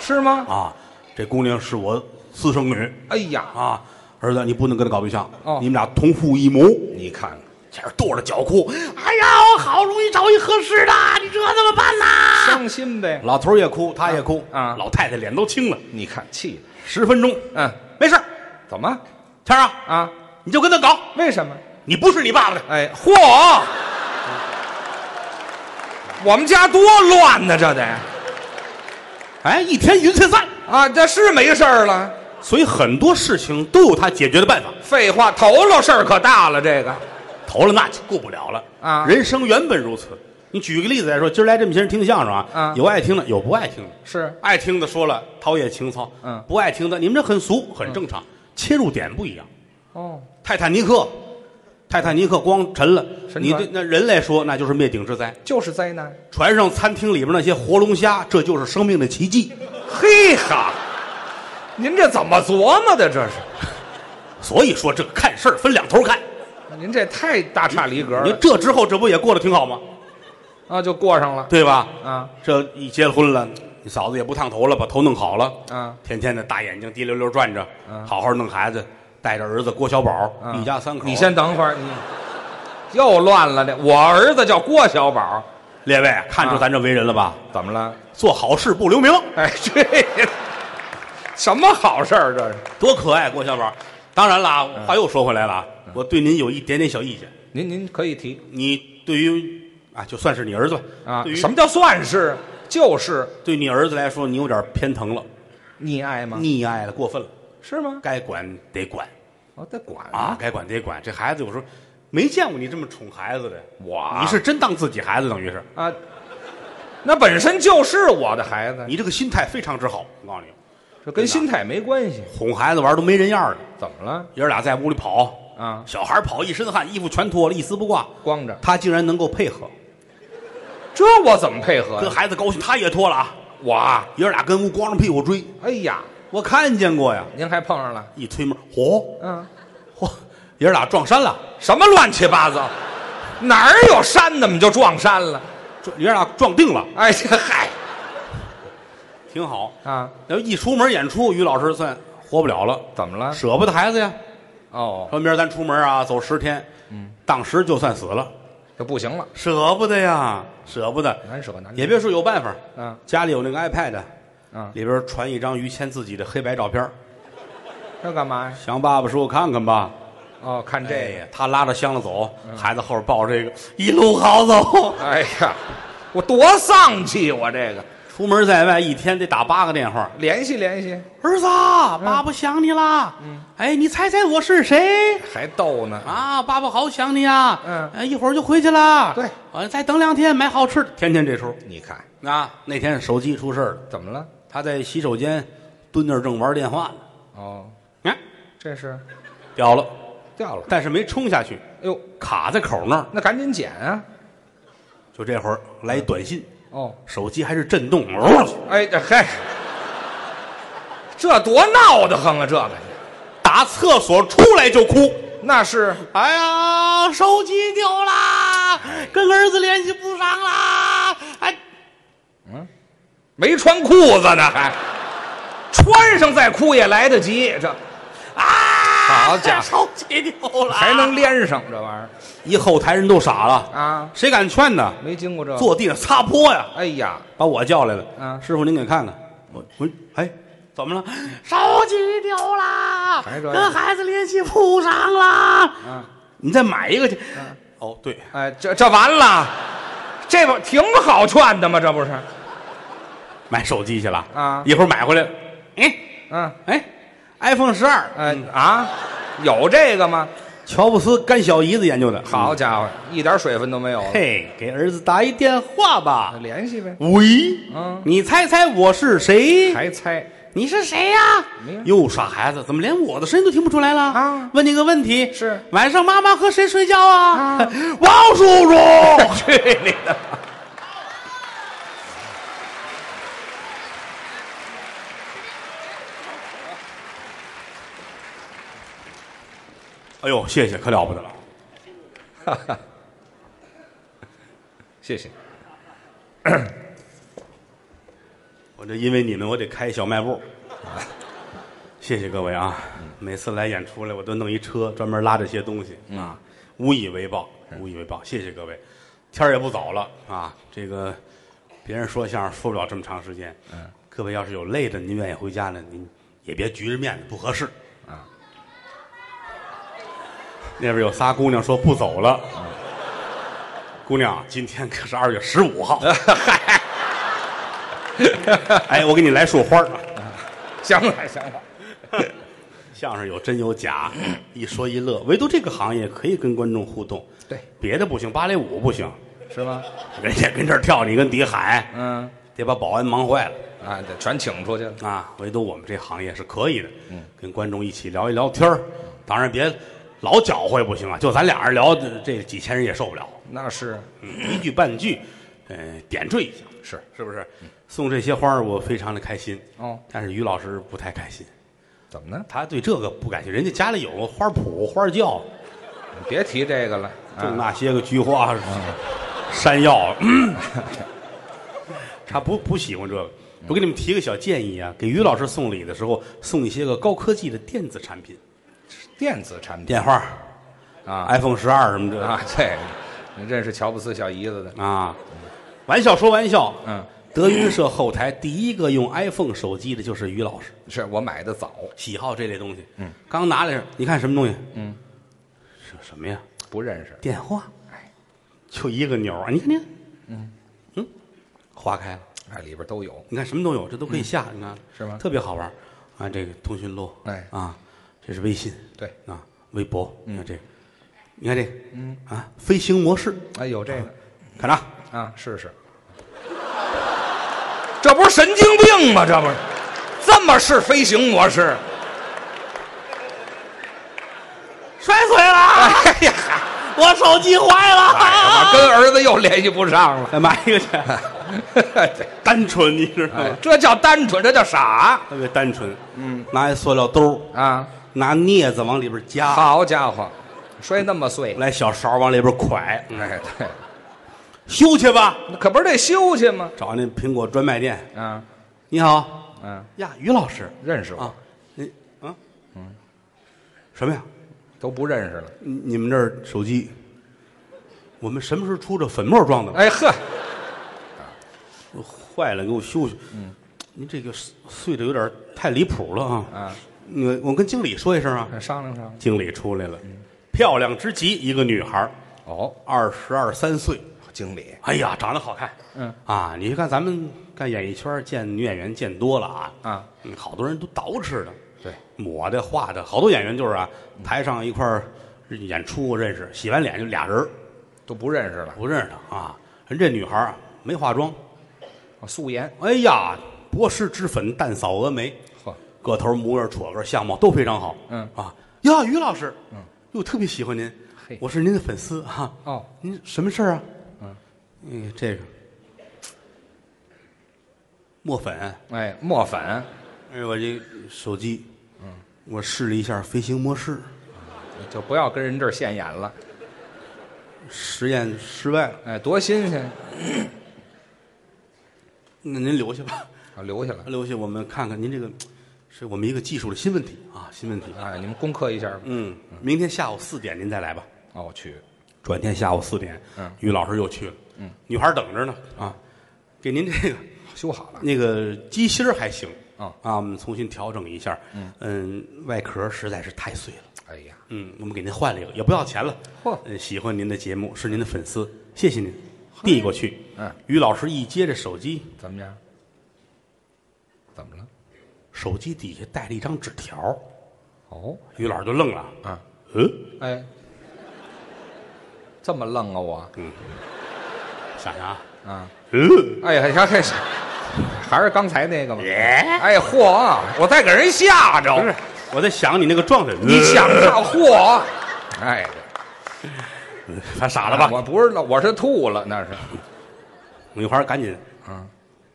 C: 是吗？
B: 啊！这姑娘是我私生女
C: 哎呀，
B: 啊，儿子你不能跟她搞对象，
C: 哦
B: 你们俩同父异母。
C: 你看看
B: 在这儿跺着脚哭，哎呀，我好容易找一合适的，你这怎么办呐？
C: 伤心呗。
B: 老头儿也哭，他也哭
C: 啊
B: 老太太脸都青了。
C: 你看气的，
B: 十分钟，
C: 嗯，
B: 没事儿，
C: 怎么
B: 谦儿啊，
C: 啊？
B: 你就跟他搞，
C: 为什么？
B: 你不是你爸爸的。
C: 哎，嚯！我们家多乱呢，这得
B: 哎，一天云彩散。
C: 啊，这是没事儿了。
B: 所以很多事情都有他解决的办法。
C: 废话，头了事儿可大了，这个
B: 投了那就顾不了了
C: 啊
B: 人生原本如此。你举个例子来说，今儿来这么些人听的相声啊，
C: 啊
B: 有爱听的，有不爱听的。
C: 是
B: 爱听的说了陶冶情操，
C: 嗯
B: 不爱听的你们这很俗，很正常。切入点不一样。
C: 哦，
B: 泰坦尼克，泰坦尼克光沉了，
C: 沉船
B: 你对那人来说那就是灭顶之灾。
C: 就是灾难。
B: 船上餐厅里边那些活龙虾，这就是生命的奇迹。
C: 嘿哈，您这怎么琢磨的？这是，
B: 所以说这个看事儿分两头看。
C: 您这太大差离格
B: 你
C: 了
B: 这之后这不也过得挺好吗？
C: 啊，就过上了
B: 对吧？
C: 啊
B: 这一结婚了，你嫂子也不烫头了，把头弄好了，
C: 啊，
B: 天天的大眼睛滴溜溜转着，
C: 嗯
B: 好好弄孩子，带着儿子郭小宝，
C: 啊
B: 一家三口。
C: 你先等会儿，你又乱了这。我儿子叫郭小宝，
B: 列位看出咱这为人了吧？
C: 怎么了？
B: 做好事不留名，
C: 哎，这 [LAUGHS] 什么好事儿？这是
B: 多可爱！郭小宝，当然啦，
C: 嗯
B: 话又说回来了啊，我对您有一点点小意见。
C: 您您可以提
B: 你对于啊，就算是你儿子吧，
C: 啊
B: 对。于
C: 什么叫算是？就是
B: 对你儿子来说，你有点偏疼了，
C: 溺爱吗？
B: 溺爱了，过分了，
C: 是吗？
B: 该管得管
C: 我得管
B: 啊，！该管得管。这孩子有时候没见过你这么宠孩子的，
C: 我
B: 你是真当自己孩子，等于是。
C: 啊，那本身就是我的孩子，
B: 你这个心态非常之好，我告诉你，
C: 这跟心态没关系。
B: 哄孩子玩都没人样儿了。
C: 怎么了？
B: 爷儿俩在屋里跑，
C: 啊，
B: 小孩跑一身汗，衣服全脱了，一丝不挂，
C: 光着，
B: 他竟然能够配合，
C: 这我怎么配合
B: 跟
C: 呀？
B: 孩子高兴，他也脱了啊。
C: 我啊，
B: 爷儿俩跟屋光着屁股追，
C: 哎呀，
B: 我看见过呀。
C: 您还碰上了？
B: 一推门，嚯
C: 嗯，
B: 嚯，爷儿俩撞衫了，
C: 什么乱七八糟？哪儿有山怎么就撞山了？
B: 撞爷俩撞定了，
C: 哎，这嗨
B: 挺好。
C: 啊，
B: 要一出门演出，于老师算活不了了，
C: 怎么了？
B: 舍不得孩子呀。
C: 哦，
B: 说明儿咱出门啊，走十天，嗯，当时就算死了，
C: 这不行了，
B: 舍不得呀，舍不得。
C: 难舍难
B: 也别说有办法，
C: 嗯
B: 家里有那个 iPad，
C: 嗯
B: 里边传一张于谦自己的黑白照片，
C: 这干嘛呀？
B: 想爸爸说我看看吧。
C: 哦，看这
B: 哎，他拉着箱子走，孩子后边抱着这个，一路好走。 [LAUGHS]
C: 个，哎呀，我多丧气，我这个
B: 出门在外一天得打八个电话，嗯
C: 联系联系
B: 儿子，爸爸想你啦。哎，你猜猜我是谁？
C: 还逗呢啊，
B: 啊，爸爸好想你啊。
C: 嗯
B: 哎，一会儿就回去了。
C: 对
B: 啊，再等两天买好吃的，天天这出。
C: 你看
B: 啊，那天手机出事儿了，
C: 怎么了？
B: 他在洗手间蹲那儿正玩电话呢，
C: 哦，
B: 哎，
C: 这是
B: 掉了，
C: 掉了，
B: 但是没冲下去，
C: 哎呦，
B: 卡在口那儿。
C: 那赶紧捡啊！
B: 就这会儿来一短信，
C: 哦，
B: 手机还是震动，哦
C: 哎，这嗨，这多闹得慌啊！这个
B: 打厕所出来就哭。
C: 那是
B: 哎呀，手机丢啦，跟儿子联系不上啦！哎，
C: 没穿裤子呢，还穿上再哭也来得及。这
B: 啊
C: 好家伙
B: [LAUGHS] 手机丢了，
C: 还能连上这玩意
B: 一后台人都傻了
C: 儿，啊？
B: 谁敢劝呢？
C: 没经过这，
B: 坐地上擦泼呀！
C: 哎呀，
B: 把我叫来了，
C: 嗯
B: 师傅您给看看，我我哎，怎 [LAUGHS] 么了？手机丢啦
C: 还这样
B: 孩子联系不上啦，
C: 啊，
B: 你再买一个去。哦，对，
C: 哎，这这完了，这不挺好劝的吗？这不是？
B: 买手机去了
C: 啊
B: 一会儿买回来了，哎
C: 嗯，
B: 哎，iPhone 十二，
C: 哎啊，有这个吗？
B: 乔布斯干小姨子研究的，
C: 好
B: 嗯，
C: 家伙，一点水分都没有了，
B: 嘿，给儿子打一电话吧。
C: 啊联系呗。
B: 喂，
C: 嗯
B: 你猜猜我是谁？
C: 还猜
B: 你是谁呀、
C: 没人
B: 哟，傻孩子，怎么连我的声音都听不出来了
C: 啊
B: 问你个问题，
C: 是
B: 晚上妈妈和谁睡觉啊？
C: 啊
B: [LAUGHS] 王叔叔， [LAUGHS]
C: 去你的！
B: 哎呦，谢谢，可了不得了。
C: 谢 [LAUGHS] 谢。
B: 我这因为你们，我得开小卖部。谢谢各位啊！每次来演出来，我都弄一车，专门拉这些东西啊，无以为报，无以为报。谢谢各位，天儿也不早了啊。这个别人说相声说不了这么长时间，嗯，各位要是有累的，您愿意回家呢，您也别局着面子，不合适
C: 啊。
B: 那边有仨姑娘说不走了，姑娘，今天可是二月十五号，哎，我给你来束花儿啊。
C: 行了行了，
B: 相声有真有假，一说一乐，唯独这个行业可以跟观众互动，
C: 对，
B: 别的不行，芭蕾舞不行，
C: 是吗？
B: 人家跟这儿跳，你跟底喊，
C: 嗯，
B: 得把保安忙坏了
C: 啊，这全请出去了。
B: 啊！唯独我们这行业是可以的，跟观众一起聊一聊天儿，当然别老搅和也不行啊，就咱俩人聊，这这几千人也受不了，
C: 那是
B: 嗯一句半句，呃，点缀一下，
C: 是
B: 是不是？送这些花儿，我非常的开心，
C: 哦，
B: 但是于老师不太开心，
C: 怎么呢？
B: 他对这个不感兴趣，人家家里有个花圃、花轿。
C: 你别提这个了。
B: 种
C: 啊、
B: 那些个菊花、山药，嗯他不不喜欢这个。我给你们提个小建议啊，给于老师送礼的时候，送一些个高科技的电子产品，
C: 电子产品
B: 电话、
C: 啊
B: iPhone 十二什么的
C: 啊，这你认识乔布斯小姨子的？
B: 啊。玩笑说玩笑，
C: 嗯，
B: 德云社后台第一个用 iPhone 手机的就是于老师，
C: 是我买的早，
B: 喜好这类东西。嗯，刚拿来，你看什么东西？嗯，什什么呀？
C: 不认识。
B: 电话，
C: 哎，
B: 就一个钮儿，你看你看，嗯花开了。
C: 哎，里边都有。
B: 你看什么都有，这都可以下，你看
C: 是吗
B: 特别好玩儿啊！这个通讯录，
C: 哎
B: 啊，这是微信，
C: 对
B: 啊，微博，你看这个，你看这个，嗯啊，飞行模式，
C: 哎，有这个
B: 看着啊，
C: 啊，试试。这不是神经病吗？这不是这么是飞行模式？
B: 摔碎了，哎
C: 哎呀，
B: 我手机坏
C: 我
B: 了，
C: 啊跟儿子又联系不上了。
B: 再买一个去，
C: 对
B: 单纯，你知道
C: [LAUGHS] 哎
B: 吗？，
C: 这叫单纯，这叫傻
B: 特别单纯，嗯，拿一塑料兜儿，
C: 啊！
B: 拿镊子往里边夹，
C: 好家伙，摔那么碎，
B: 来小勺往里边蒯，嗯
C: 哎，对，
B: 修去吧。
C: 那可不是得修去吗？
B: 找那苹果专卖店，
C: 啊，
B: 你好
C: 嗯、
B: 呀，于老师
C: 认识我、
B: 啊，你啊，嗯，什么呀？
C: 都不认识了。
B: 你你们这儿手机，我们什么时候出这粉末装的？
C: 哎呵，
B: 坏了，给我修修。嗯，您这个碎的有点太离谱了啊。
C: 啊，嗯
B: 我我跟经理说一声啊。
C: 商量商量。
B: 经理出来了，
C: 嗯
B: 漂亮之极，一个女孩，
C: 哦，
B: 二十二三岁。
C: 经理，
B: 哎呀，长得好看。
C: 嗯
B: 啊，你看咱们干演艺圈儿见女演员见多了啊，
C: 啊，
B: 嗯，好多人都捯饬的，
C: 对，
B: 抹的画的，好多演员就是啊，台上一块儿演出认识，洗完脸就俩人儿
C: 都不认识了。
B: 不认识他啊。人这女孩儿啊没化妆，
C: 哦素颜，
B: 哎呀，博施脂粉，淡扫蛾眉，
C: 呵，
B: 个头模样戳个相貌都非常好。
C: 嗯
B: 啊，呀，于老师，嗯，我特别喜欢您
C: 嘿，
B: 我是您的粉丝哈、啊。
C: 哦，
B: 您什么事儿啊？嗯，这个墨粉，
C: 哎，墨粉，
B: 哎呦，我这手机，嗯，我试了一下飞行模式，
C: 就不要跟人这儿现眼了。
B: 实验失败了，
C: 哎，多新鲜，
B: 那您留下吧，
C: 啊，留下来。
B: 留下我们看看您这个是我们一个技术的新问题啊，新问题。
C: 哎，你们攻克一下吧。
B: 嗯，明天下午四点您再来吧。
C: 哦，去，
B: 转天下午四点，
C: 嗯
B: 于老师又去了，嗯，女孩等着呢啊，给您这个
C: 修好了。
B: 那个鸡心儿还行
C: 哦
B: 啊，我们重新调整一下，嗯外壳实在是太碎了，
C: 哎呀，
B: 嗯，我们给您换了一个，也不要钱了。
C: 嚯
B: 嗯喜欢您的节目，是您的粉丝，谢谢您，递过去。
C: 嗯，
B: 于老师一接这手机，
C: 怎么样？怎么了？
B: 手机底下带了一张纸条，
C: 哦，
B: 于老师就愣了，
C: 啊，
B: 嗯，
C: 哎，这么愣啊我
B: 想想啊，
C: 啊！
B: 嗯，
C: 哎呀，还还还是刚才那个吧。哎，嚯啊！我再给人吓着，
B: 不是，我在想你那个状态，
C: 你想
B: 呃
C: 吓嚯啊！哎，
B: 他呃傻呃了吧？
C: 我不是愣，我是吐了，那是。
B: 女孩赶紧，
C: 嗯，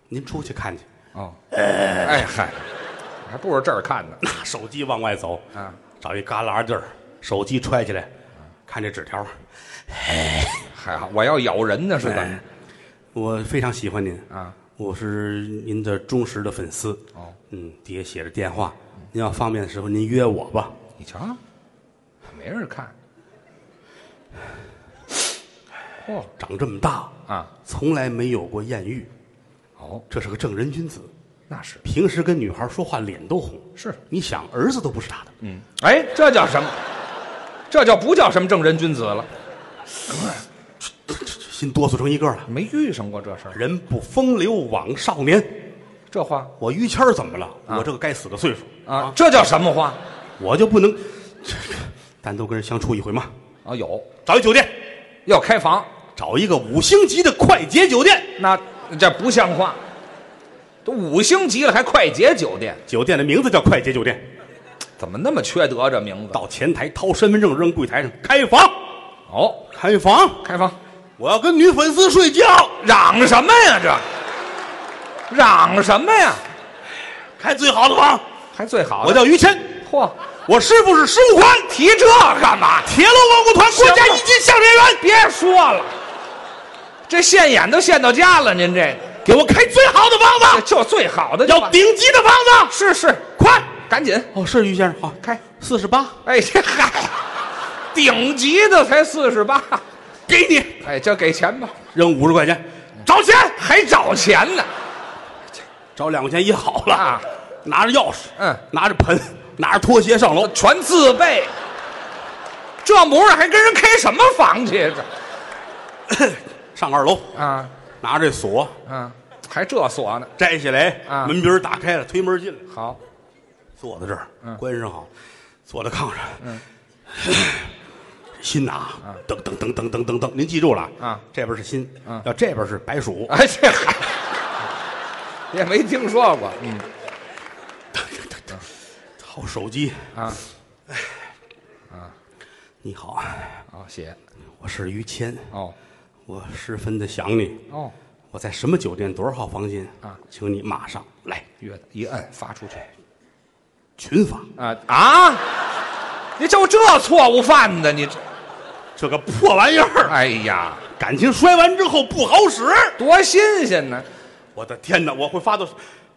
B: 您出去看去，
C: 哦，哎嗨，还不如这儿看呢。
B: 拿手机往外走，
C: 啊，
B: 找一旮旯地儿，手机揣起来，看这纸条，
C: 还好，我要咬人呢，是吧
B: 哎？我非常喜欢您，
C: 啊，
B: 我是您的忠实的粉丝。
C: 哦，
B: 嗯，底下写着电话，您要方便的时候您约我吧。
C: 你瞧，没人看。嚯
B: 长这么大，
C: 啊！
B: 从来没有过艳遇，
C: 哦，
B: 这是个正人君子。
C: 那是
B: 平时跟女孩说话脸都红，
C: 是
B: 你想儿子都不是他的，
C: 嗯，哎，这叫什么？这叫不叫什么正人君子了？
B: 心哆嗦成一个了。
C: 没遇上过这事儿。
B: 人不风流枉少年，
C: 这话
B: 我于谦儿怎么了？我这个该死的岁数
C: 啊，这叫什么话？
B: 我就不能，这个单独跟人相处一回吗？
C: 啊，有
B: 找一酒店，
C: 要开房，
B: 找一个五星级的快捷酒店，
C: 那这不像话。都五星级了，还快捷酒店，
B: 酒店的名字叫快捷酒店。
C: 怎么那么缺德？这名字
B: 到前台掏身份证扔柜台上，开房，
C: 哦，
B: 开房，
C: 开房
B: 我要跟女粉丝睡觉，
C: 嚷什么呀？这嚷什么呀？
B: 开最好的房。
C: 还最好
B: 我
C: 的，
B: 叫于谦，
C: 嚯，
B: 我师傅是石五宽，
C: 提这干嘛？
B: 铁路文工团国家
C: 行
B: 一
C: 了
B: 级相声演员，
C: 别说了，这现眼都现到家了，您这个
B: 给我开最好的房
C: 这
B: 子，
C: 就最好的就
B: 要顶级的房子，
C: 是是，
B: 快！
C: 赶紧
B: 哦，是于先生，好，
C: 开！
B: 四十八，
C: 哎，这嗨，顶级的才四十八，
B: 给你
C: 哎，这给钱吧，
B: 扔五十块钱，
C: 找钱还找钱呢？
B: 找两块钱也好了，
C: 啊
B: 拿着钥匙，
C: 嗯，
B: 拿着盆，拿着拖鞋上楼，
C: 全自备，这模样还跟人开什么房去？
B: 上二楼，
C: 这啊
B: 拿着这锁
C: 啊，还这锁呢？
B: 摘下来，
C: 啊
B: 门鼻儿打开了，推门进来。
C: 好，
B: 坐在这儿，
C: 嗯
B: 关上好，坐在炕上，嗯，心呐，噔噔噔噔噔噔噔，您记住了
C: 啊
B: 这边是心
C: 嗯，
B: 要这边是白鼠，
C: 哎，这嗨，也没听说过，嗯
B: 掏手机，
C: 啊
B: 你好，
C: 啊，写
B: 我是于谦，
C: 哦
B: 我十分的想你，
C: 哦，
B: 我在什么酒店多少号房间
C: 啊？
B: 请你马上来
C: 约的一摁发出去。
B: 群发，
C: 啊啊！你就这错误犯的，你这
B: 这个破玩意儿，
C: 哎呀，
B: 感情摔完之后不好使。
C: 多新鲜呢！
B: 我的天哪，我会发到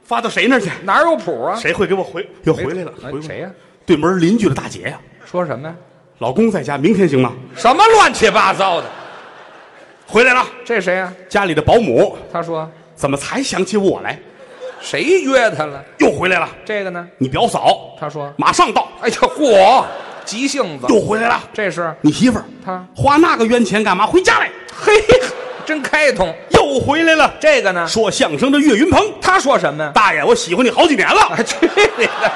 B: 发到谁那儿去？
C: 哪有谱啊？
B: 谁会给我回又回来了？
C: 哎
B: 回过来
C: 谁呀
B: 对门邻居的大姐呀、
C: 说什么呀？
B: 老公在家，明天行吗？
C: 什么乱七八糟的？
B: 回来了，
C: 这谁呀、
B: 家里的保姆
C: 他说
B: 怎么才想起我来？
C: 谁约他了？
B: 又回来了，
C: 这个呢？
B: 你表嫂
C: 他说
B: 马上到，
C: 哎呀，嚯，急性子！
B: 又回来了，
C: 这是
B: 你媳妇儿
C: 她
B: 花那个冤钱干嘛？回家来，
C: 嘿，真开通。
B: 又回来了。
C: 这个呢？
B: 说相声的岳云鹏，
C: 他说什么呀？
B: 大爷，我喜欢你好几年了。
C: 啊，去你的！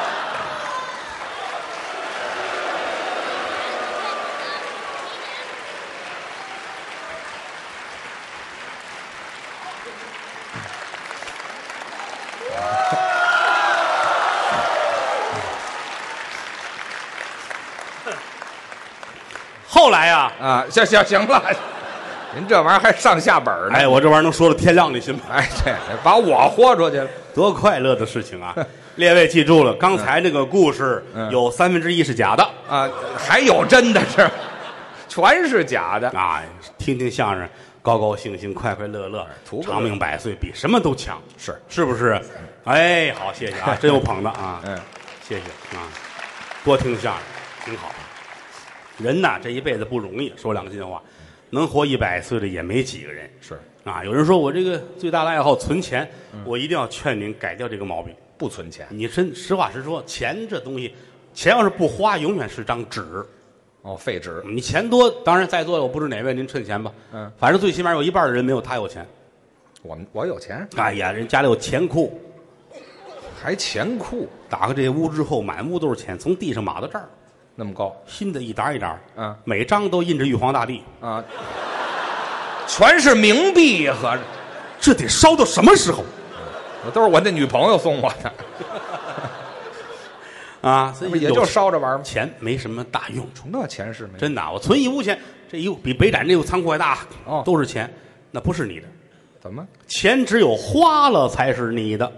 B: 后来呀、
C: 啊，行行行了，您这玩意儿还上下本儿呢。
B: 哎，我这玩意儿能说到天亮，你信吗？
C: 哎，这把我豁出去了。
B: 多快乐的事情啊！ [LAUGHS] 列位记住了，刚才那个故事
C: 嗯
B: 有三分之一是假的。
C: 啊，还有真的是，全是假的。
B: 啊，听听相声，高高兴兴，快快乐乐，
C: 哎图个乐
B: 长命百岁，比什么都强，
C: 是
B: 是不是？哎，好，谢
C: [LAUGHS]
B: 谢啊，真有捧的啊，
C: 嗯，
B: 谢谢啊，多听相声挺好。人呐，这一辈子不容易，说两句话，能活一百岁的也没几个人。
C: 是
B: 啊，有人说我这个最大的爱好存钱，
C: 嗯
B: 我一定要劝您改掉这个毛病。
C: 不存钱
B: 你真实话实说，钱这东西，钱要是不花，永远是张纸。
C: 哦，废纸
B: 你钱多，当然在座的我不知哪位您趁钱吧，
C: 嗯，
B: 反正最起码有一半的人没有他有钱。
C: 我们我有钱，
B: 哎呀，人家里有钱库，
C: 还钱库
B: 打开这屋之后，满屋都是钱，从地上码到这儿，
C: 那么高
B: 新的一沓一沓，
C: 嗯，
B: 每张都印着玉皇大帝，
C: 啊，全是冥币呀，合着
B: 这得烧到什么时候
C: 我都是我那女朋友送我的，
B: 啊？所
C: 那
B: 以
C: 不也
B: 有
C: 就烧着玩儿吗？
B: 钱没什么大用处，
C: 那钱是没
B: 真的啊，我存一屋钱，这一屋比北展这屋仓库还大，
C: 哦
B: 都是钱，那不是你的，
C: 怎么
B: 钱只有花了才是你的。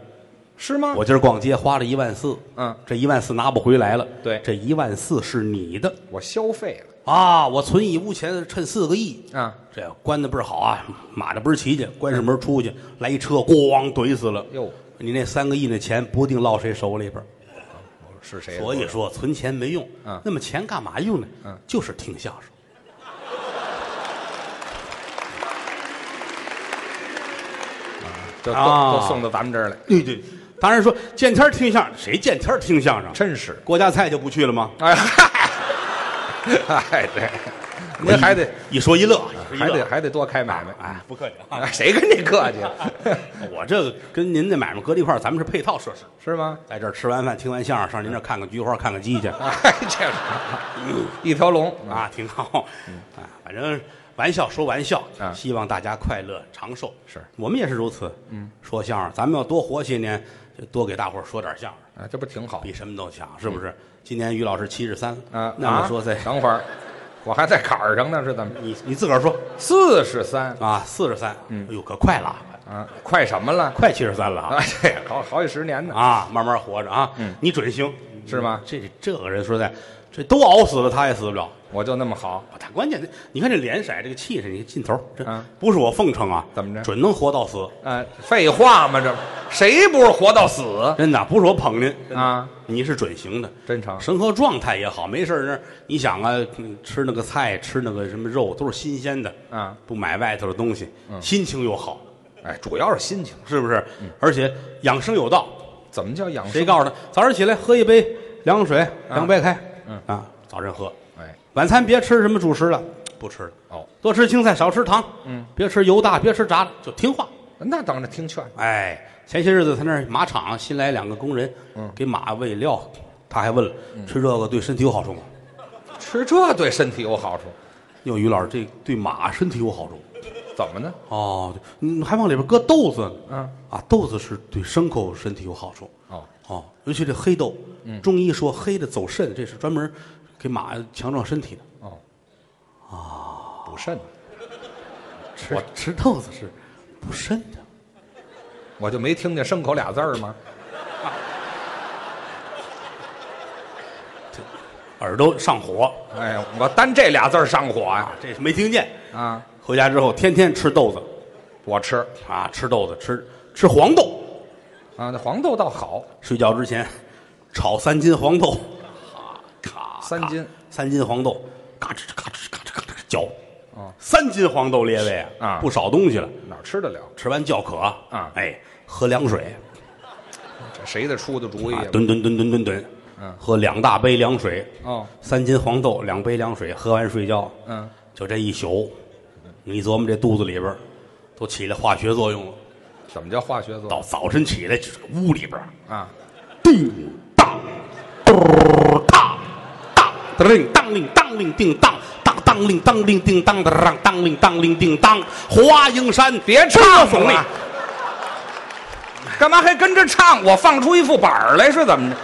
C: 是吗？
B: 我今儿逛街花了一万四，
C: 嗯
B: 这一万四拿不回来了，
C: 对
B: 这一万四是你的。
C: 我消费
B: 啊，我存一屋钱，趁四个亿。
C: 了啊，
B: 这关的倍儿好啊，码的倍儿齐去，关上门出去，来一车，咣怼死了。
C: 哟，
B: 你那三个亿那钱不定落谁手里边儿。
C: 是谁？
B: 所以说存钱没用。
C: 嗯
B: 那么钱干嘛用呢？
C: 嗯
B: 就是听相声。
C: 就都
B: 啊
C: 都送到咱们这儿来，
B: 对对，当然说见天儿听相声，谁见天儿听相声？
C: 真是
B: 郭家菜就不去了吗？
C: 哎嗨，哎对，您还得
B: 一说一乐，一说
C: 还
B: 一乐
C: 得还得多开买卖。
B: 哎，不客气啊。
C: 啊，谁跟你客气
B: 我这个跟您这买卖搁一块儿，咱们是配套设施。
C: 是吗？
B: 在这儿吃完饭，听完相声，上您这儿看看菊花，看看鸡去。
C: 哎，这是一条龙啊！
B: 啊，挺好。啊，反正玩笑说玩笑，
C: 啊
B: 希望大家快乐长寿。
C: 是
B: 我们也是如此。嗯，说相声，咱们要多活些年，就多给大伙儿说点相声，
C: 啊，这不挺好
B: 比什么都强，是不是？今年于老师七十三
C: 嗯啊？
B: 那么说在
C: 啊等会儿，我还在坎儿上呢，是怎么？
B: 你你自个儿说
C: 四十三
B: 啊，四十三，
C: 嗯
B: 哎呦，可快了，
C: 啊，快什么了？ [LAUGHS]
B: 快七十三了啊
C: 啊，这好好几十年呢，
B: 啊，慢慢活着啊，你准行
C: 嗯是吗
B: 这这个人说实在，这都熬死了，他也死不了。
C: 我就那么好，
B: 他哦关键，你看这脸色，这个气势，你劲头儿，这
C: 啊
B: 不是我奉承啊，
C: 怎么着
B: 准能活到死。
C: 啊，废话嘛，这谁不是活到死
B: 真的不是我捧您真的
C: 啊？
B: 你是准行的，
C: 真成
B: 生活状态也好，没事儿那儿你想啊，嗯吃那个菜，吃那个什么肉都是新鲜的
C: 啊，
B: 不买外头的东西，心情又好，
C: 哎，主要是心情，
B: 是不是？而且养生有道，
C: 怎么叫养生？
B: 谁告诉他早上起来喝一杯凉水，凉白开，嗯啊，早晨喝，
C: 哎，
B: 晚餐别吃什么主食了，不吃了，
C: 哦，
B: 多吃青菜，少吃糖，嗯，别吃油大，别吃炸的，就听话。
C: 那当然听劝
B: 哎，前些日子他那儿马场新来两个工人，给马喂料，他还问了，吃这个对身体有好处吗？
C: 吃这对身体有好处，
B: 哟，于老师，这对马身体有好处
C: 怎么呢？
B: 哦，对嗯，还往里边搁豆子呢，
C: 嗯
B: 啊，豆子是对牲口身体有好处
C: 哦，
B: 哦，尤其这黑豆，中医说黑的走肾，这是专门给马强壮身体的。
C: 哦，啊，补肾，
B: 我吃豆子是补肾的。
C: 我就没听见牲口俩字儿吗？
B: 耳朵上火
C: 哎，我单这俩字儿上火呀、
B: 啊，这是没听见。
C: 啊！
B: 回家之后天天吃豆子
C: 我吃
B: 啊，吃豆子，吃吃黄豆。
C: 啊，那黄豆倒好，
B: 睡觉之前炒三斤黄豆，
C: 三斤
B: 三斤黄豆，嘎吱嘎吱嘎吱嘎吱嚼。三斤黄豆列位
C: 哦啊
B: 不少东西了。
C: 哪儿吃得了？
B: 吃完叫渴
C: 啊
B: 哎，喝凉水
C: 这谁的出的主意
B: 啊
C: 啊？，
B: 吨吨吨吨吨吨，
C: 嗯
B: 喝两大杯凉水，
C: 哦，
B: 三斤黄豆，两杯凉水，喝完睡觉，
C: 嗯，
B: 就这一宿，你琢磨这肚子里边儿都起了化学作用了。
C: 怎么叫化学作
B: 到早晨起来，这个屋里边儿
C: 用啊？
B: 叮当，嘟当，当当铃当铃当铃叮当，当当铃当铃叮当当当当铃当铃叮当，华蓥山
C: 别唱
B: 送你
C: 了，干嘛还跟着唱？我放出一副板儿来是怎么着？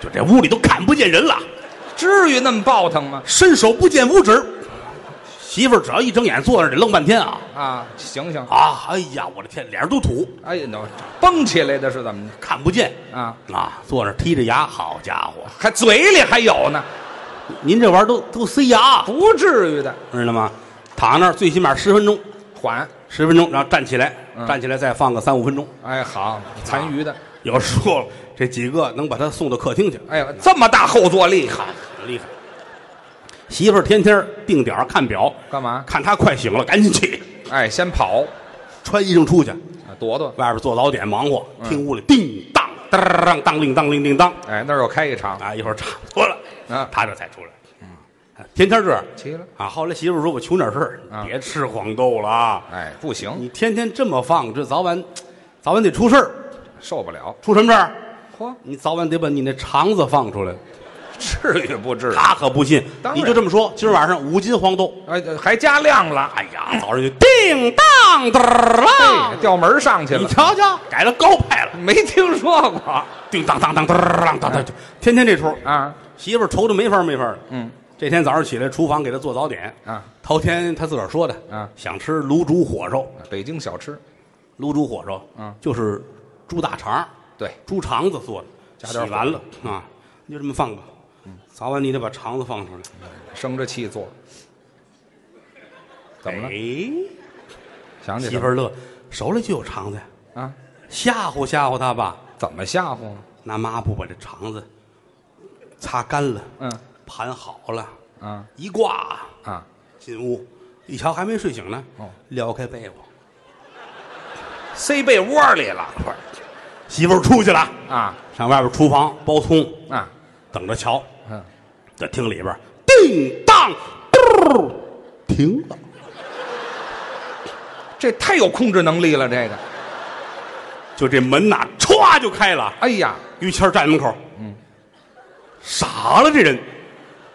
B: 就这屋里都看不见人了，
C: 至于那么暴腾吗？
B: 伸手不见五指。媳妇儿只要一睁眼坐那儿得愣半天啊
C: 啊，醒醒！
B: 啊！哎呀，我的天，脸上都土，
C: 哎呀，那蹦起来的是怎么着？
B: 看不见
C: 啊
B: 啊！坐那儿剔着牙，好家伙，
C: 还嘴里还有呢，
B: 您这玩意儿都都塞牙，
C: 不至于的。
B: 知道吗？躺那儿最起码十分钟，
C: 缓，
B: 十分钟，然后站起来，
C: 嗯
B: 站起来再放个三五分钟。
C: 哎，好，残余的，
B: 有时候这几个能把他送到客厅去，
C: 哎呀，这么大后坐力，
B: 哈，很厉害。媳妇儿天天定点儿看表，
C: 干嘛？
B: 看他快醒了，赶紧起，
C: 哎，先跑，
B: 穿衣裳出去，
C: 啊躲躲。
B: 外边做早点忙活，听屋里叮当当当铃当铃叮当，
C: 哎，那儿又开一场，
B: 啊，一会儿差不多了，
C: 啊
B: 他这才出来，嗯，天天这样
C: 齐了
B: 啊。后来媳妇儿说：“我求点事儿，
C: 啊
B: 别吃黄豆了啊，
C: 哎，不行，
B: 你天天这么放，这早晚，早晚得出事儿，
C: 受不了。
B: 出什么事儿？”
C: 嚯，
B: 你早晚得把你那肠子放出来。
C: 至于不至于？
B: 他可不信，
C: 当然
B: 你就这么说。今儿晚上五斤黄豆，
C: 哎，还加量了，
B: 哎呀，早上就叮当嘚儿
C: 哎
B: 啦，，
C: 调门儿上去
B: 你
C: 了，
B: 瞧瞧，改了高派了，啊
C: 没听说过
B: 叮当当当嘚儿啷当
C: 嗯
B: 当，天天这出。
C: 啊？
B: 媳妇儿愁的没法没法的。
C: 嗯，
B: 这天早上起来，厨房给他做早点。
C: 啊，
B: 头天他自个儿说的，
C: 啊
B: 想吃卤煮火烧，
C: 北京小吃，
B: 卤煮火烧，
C: 嗯
B: 就是猪大肠，
C: 对，
B: 猪肠子做的，
C: 加点嗯
B: 洗完了啊，你就这么放吧。早晚你得把肠子放出来。
C: 生着气做。怎么了？
B: 哎
C: 想起
B: 媳妇
C: 儿
B: 儿乐，手里就有肠子呀，
C: 啊？
B: 吓唬吓唬他吧。
C: 怎么吓唬呢？
B: 拿抹布把这肠子擦干了，
C: 嗯
B: 盘好了，
C: 啊
B: 一挂
C: 啊，
B: 进屋，一瞧还没睡醒呢，
C: 哦
B: 撩开被窝，
C: 塞被窝里了，快
B: 媳妇儿出去了，
C: 啊
B: 上外边厨房包葱，
C: 啊！
B: 等着瞧。
C: 嗯，
B: 在厅里边，叮当，嘟儿，停了。
C: 这太有控制能力了，这个。
B: 就这门呐，歘就开了。
C: 哎呀，
B: 于谦儿站门口，嗯，傻了，这人，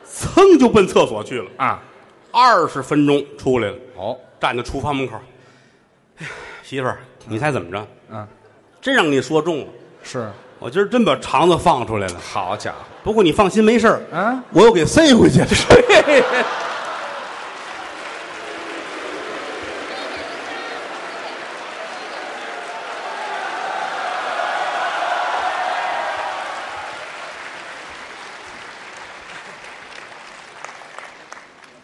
B: 噌就奔厕所去了。
C: 啊，
B: 二十分钟出来了，
C: 哦，
B: 站在厨房门口。哎呀，媳妇儿，你猜怎么着？
C: 嗯，
B: 真让你说中了。
C: 是，
B: 我今儿真把肠子放出来了，
C: 好家伙，
B: 不过你放心，没事儿
C: 啊，
B: 我又给塞回
C: [LAUGHS]
B: 去了。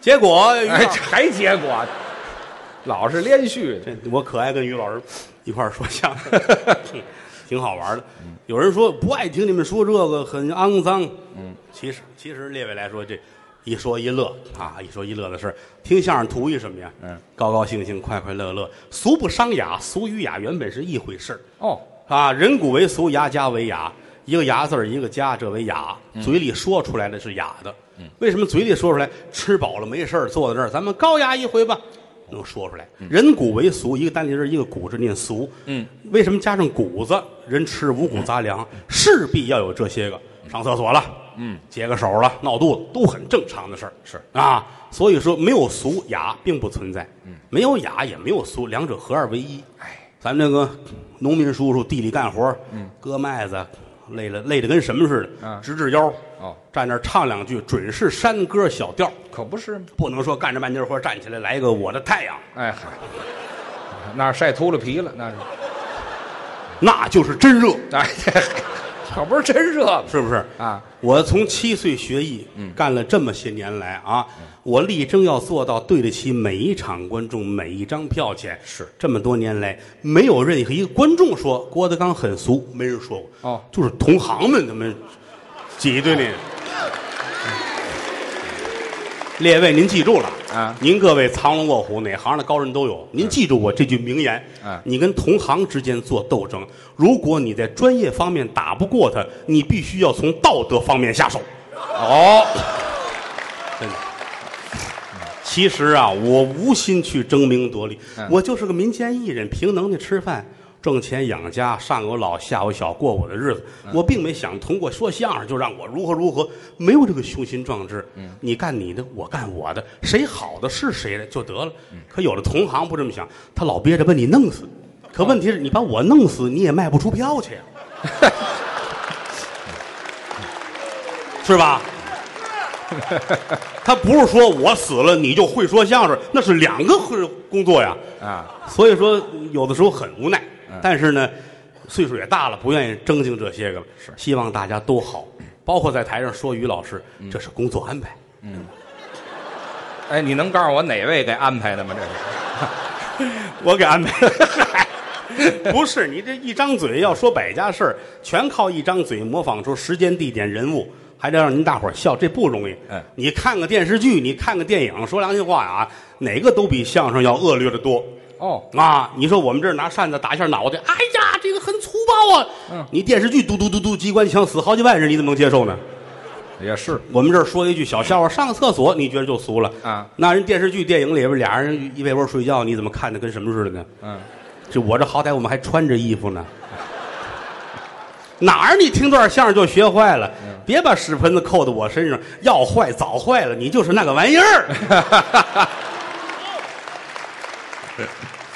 B: 结果，于
C: 哎，
B: 老
C: 这还结果，老是连续的，
B: 这我可爱跟于老师一块儿说相声， [LAUGHS] 挺好玩的。有人说不爱听你们说这个，很肮脏。嗯，其实其实列位来说，这一说一乐啊，一说一乐的事儿听相声图一什么呀？
C: 嗯，
B: 高高兴兴，快快乐乐，俗不伤雅，俗与雅原本是一回事儿
C: 哦，
B: 啊。人古为俗，雅家为雅，一个雅字儿一个家，这为雅。嘴里说出来的是雅的，为什么嘴里说出来？吃饱了没事儿坐在那儿，咱们高雅一回吧，能说出来。人古为俗，一个单立人，一个古字念俗。嗯，为什么加上谷子？人吃五谷杂粮，势必要有这些个。上厕所了，嗯，解个手了，闹肚子都很正常的事儿。
C: 是
B: 啊，所以说没有俗雅并不存在，嗯，没有雅也没有俗，两者合二为一。
C: 哎，
B: 咱们这个农民叔叔地里干活，嗯，割麦子，累了累得跟什么似的，
C: 嗯
B: 直直腰，
C: 哦，
B: 站那儿唱两句，准是山歌小调，
C: 可不是吗？
B: 不能说干着半截活站起来来一个我的太阳，
C: 哎嗨，那晒秃了皮了，那是，
B: 那就是真热。
C: 哎，这 [LAUGHS] 可不是真热吗
B: 是不是？
C: 啊，嗯
B: 我从七岁学艺，干了这么些年来啊，我力争要做到对得起每一场观众、每一张票钱。
C: 是
B: 这么多年来，没有任何一个观众说郭德纲很俗，没人说过。
C: 哦
B: 就是同行们他们挤兑你。嗯列位，您记住了
C: 啊
B: 您各位藏龙卧虎，哪行的高人都有。您记住我这句名言
C: 嗯
B: 你跟同行之间做斗争，如果你在专业方面打不过他，你必须要从道德方面下手。
C: 哦，
B: 真的。其实啊，我无心去争名夺利，我就是个民间艺人，凭能耐吃饭，挣钱养家，上有老下有小，过我的日子。我并没想通过说相声就让我如何如何，没有这个雄心壮志。你干你的，我干我的，谁好的是谁的就得了。可有的同行不这么想，他老憋着把你弄死。可问题是你把我弄死，你也卖不出票去呀，啊是吧？他不是说我死了你就会说相声，那是两个工作呀。
C: 啊，
B: 所以说有的时候很无奈，但是呢，岁数也大了，不愿意争经这些个了。是，希望大家都好，包括在台上说于老师，这是工作安排。
C: 哎，你能告诉我哪位给安排的吗？这是
B: 我给安排。 [LAUGHS] 不是你这一张嘴要说百家事儿，全靠一张嘴模仿出时间、地点、人物，还得让您大伙儿笑，这不容易。
C: 嗯
B: 你看个电视剧，你看个电影，说良心话啊，哪个都比相声要恶劣的多。
C: 哦，
B: 啊！你说我们这儿拿扇子打一下脑袋，哎呀，这个很粗暴啊！
C: 嗯
B: 你电视剧嘟嘟嘟嘟，机关枪死好几万人，你怎么能接受呢？
C: 也是
B: 我们这儿说一句小笑话，上个厕所你觉得就俗了
C: 啊？
B: 那人电视剧、电影里边俩人一被窝睡觉，你怎么看的跟什么似的呢？
C: 嗯，
B: 这我这好歹我们还穿着衣服呢。哪儿你听段相声就学坏了？别把屎盆子扣到我身上，要坏早坏了，你就是那个玩意儿。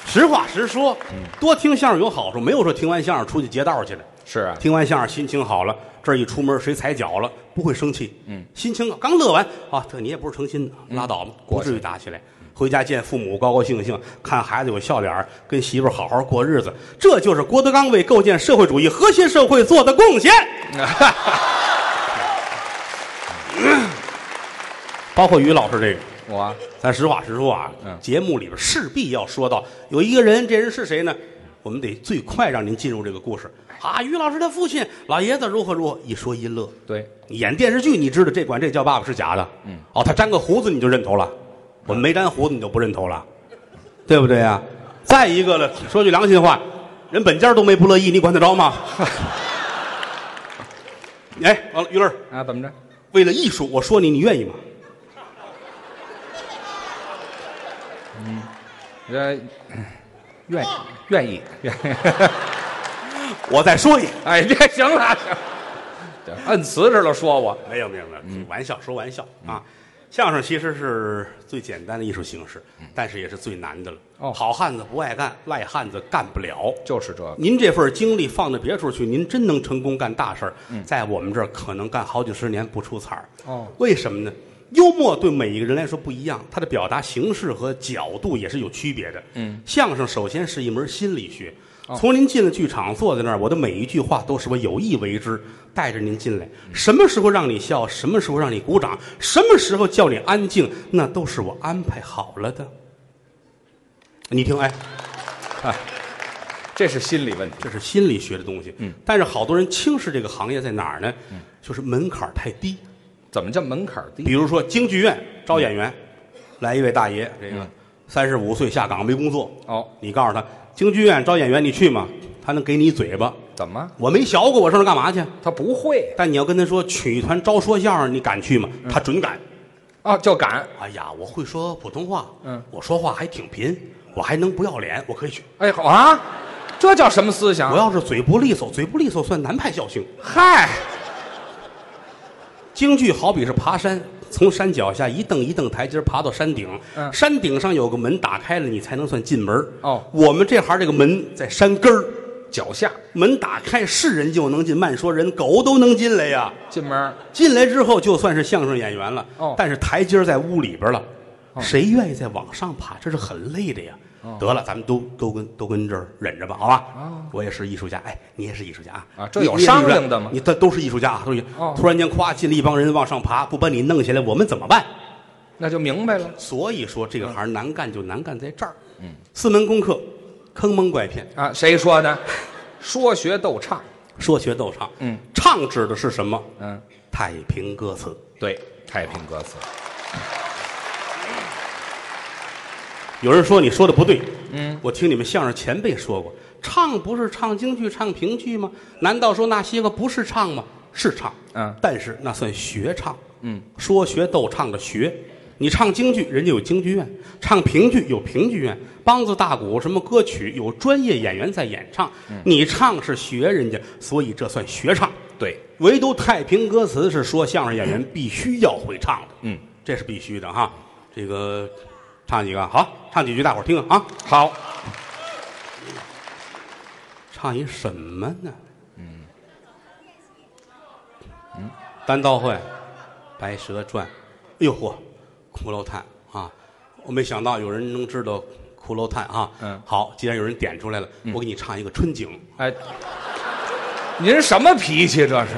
B: 实话实说，多听相声有好处，没有说听完相声出去劫道去的。
C: 是啊，
B: 听完相声心情好了，这一出门谁踩脚了不会生气，嗯，心情刚乐完啊，这你也不是成心的，拉倒吧，不
C: 嗯过去
B: 至于打起来。回家见父母，高高兴兴，看孩子有笑脸儿，跟媳妇儿好好过日子，这就是郭德纲为构建社会主义和谐社会做的贡
C: [LAUGHS]
B: 献。包括于老师这个，
C: 我
B: 咱实话实说啊，
C: 嗯
B: 节目里边势必要说到有一个人，这人是谁呢？我们得最快让您进入这个故事啊。于老师他父亲老爷子如何如何，一说一乐。
C: 对
B: 演电视剧你知道这管这叫爸爸是假的，嗯，哦，他粘个胡子你就认头了，我们没粘胡子你就不认头了，对不对呀、再一个了，说句良心话，人本家都没不乐意，你管得着吗？哎，完了，于乐儿，
C: 啊，怎么着？
B: 为了艺术，我说你，你愿意吗？
C: 这愿意愿意愿意，
B: 我再说一遍。
C: 哎，这行了行了，这摁瓷实了说我
B: 没有没有没有，玩笑说玩笑啊。相声其实是最简单的艺术形式，但是也是最难的了。
C: 哦
B: 好汉子不爱干，赖汉子干不了。
C: 就是这个，
B: 您这份精力放到别处去，您真能成功干大事儿。在我们这儿可能干好几十年不出彩儿。
C: 哦，
B: 为什么呢？幽默对每一个人来说不一样，它的表达形式和角度也是有区别的。嗯，哦相声首先是一门心理学。从您进了剧场，坐在那儿，我的每一句话都是我有意为之，带着您进来。什么时候让你笑，什么时候让你鼓掌，什么时候叫你安静，那都是我安排好了的。你听，哎，
C: 这是心理问题。
B: 这是心理学的东西。嗯，但是好多人轻视这个行业在哪儿呢？
C: 嗯
B: 就是门槛儿太低。
C: 怎么叫门槛儿低
B: 比？如说京剧院招演员，来一位大爷，这个
C: 嗯
B: 三十五岁下岗没工作，
C: 哦，
B: 你告诉他京剧院招演员你去吗？他能给你一嘴巴。
C: 怎么
B: 我没学过，我上那干嘛去？
C: 他不会
B: 但你要跟他说曲艺团招说相声，你敢去吗？
C: 嗯
B: 他准敢。
C: 啊？就敢？
B: 哎呀，我会说普通话，
C: 嗯，
B: 我说话还挺贫，我还能不要脸，我可以去。
C: 哎，好啊，这叫什么思想
B: 我？要是嘴不利索，嘴不利索算南派笑星。
C: 嗨，
B: 京剧好比是爬山，从山脚下一蹬一蹬台阶爬到山顶，
C: 嗯
B: 山顶上有个门打开了，你才能算进门。
C: 哦
B: 我们这行这个门在山根儿，
C: 脚下
B: 门打开是人就能进，慢说人狗都能进来呀。
C: 进门儿
B: 进来之后就算是相声演员了，
C: 哦
B: 但是台阶在屋里边了，谁愿意再往上爬？这是很累的呀。
C: 哦
B: 得了，咱们都都跟都跟这儿忍着吧，好吧？我也是艺术家，哎，你也是艺术家啊？
C: 啊这有
B: 你也是艺术家
C: 商量的吗
B: 你这都是艺术家啊，都是艺术
C: 哦
B: 突然间夸进了一帮人往上爬，不把你弄下来，我们怎么办？
C: 那就明白了。
B: 所以说这个行难干就难干在这儿，嗯，四门功课，坑蒙拐骗，
C: 啊，谁说 [LAUGHS] 的？说学逗唱，
B: 说学逗唱，
C: 嗯，
B: 唱指的是什么？
C: 嗯，
B: 太平歌词。
C: 对，太平歌词，
B: 有人说你说的不对，
C: 嗯，
B: 我听你们相声前辈说过，唱不是唱京剧、唱评剧吗？难道说那些个不是唱吗？是唱，
C: 嗯
B: 但是那算学唱，
C: 嗯，
B: 说学逗唱的学。你唱京剧，人家有京剧院；唱评剧有评剧院，梆子、大鼓什么歌曲有专业演员在演唱。
C: 嗯
B: 你唱是学人家，所以这算学唱。
C: 对，
B: 唯独太平歌词是说相声演员必须要会唱的，
C: 嗯，
B: 这是必须的哈。这个唱几个好，唱几句大伙儿听啊。
C: 好，
B: 唱一什么呢？嗯，单刀会，《白蛇传》，哎呦嚯，骷髅叹啊！我没想到有人能知道骷髅叹啊。
C: 嗯
B: 好，既然有人点出来了，我给你唱一个春景，
C: 哎，您什么脾气这是？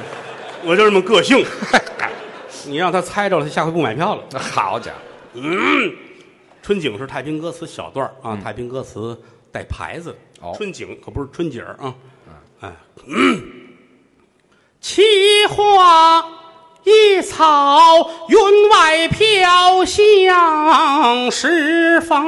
B: 我就这么个
C: [LAUGHS]
B: 性。你让他猜着了，他下回不买票了。
C: 好家伙，
B: 春景是太平歌词小段儿啊，太平歌词带牌子的。
C: 哦
B: 春景可不是春景儿啊。哎， [COUGHS]
D: 奇花异草，云外飘香，时逢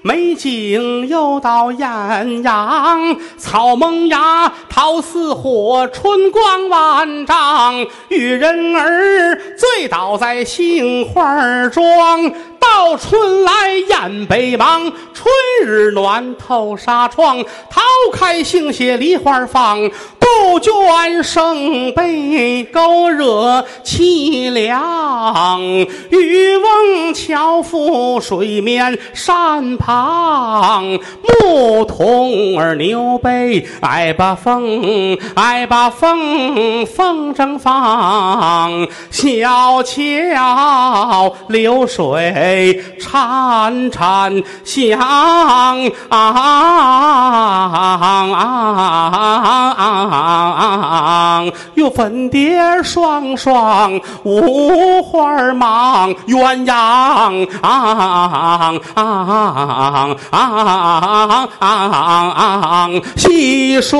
D: 美景又到艳阳，草萌芽，桃似火，春光万丈，遇人儿醉倒在杏花庄。到春来雁北忙，春日暖透纱窗。桃开杏谢梨花放，杜鹃声被勾惹凄凉。渔翁樵夫水面山旁，牧童儿牛背挨把风，挨把风，风筝放。小桥流水潺潺响。有粉蝶双双，无花忙，鸳鸯戏水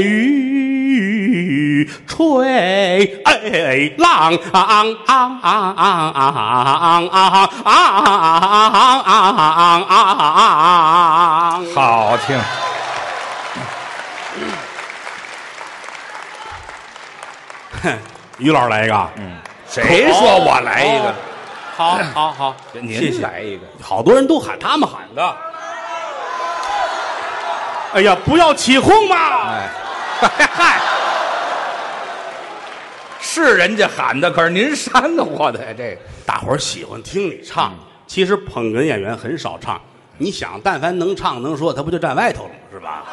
D: 鱼吹，哎，浪啊啊啊啊啊啊啊啊啊！
C: 好听，
B: 于老师来一个啊，
C: 谁说我来一
B: 哦好，好，好，
C: 个？
B: 谢
C: 您
B: 谢
C: 来一个，
B: 好多人都喊他们喊的。哎呀，不要起哄嘛！
C: 哎，嗨，是人家喊的，可是您扇的我的这个，
B: 大伙儿喜欢听你唱，其实捧哏演员很少唱。你想，但凡能唱能说，他不就站外头了吗？是吧？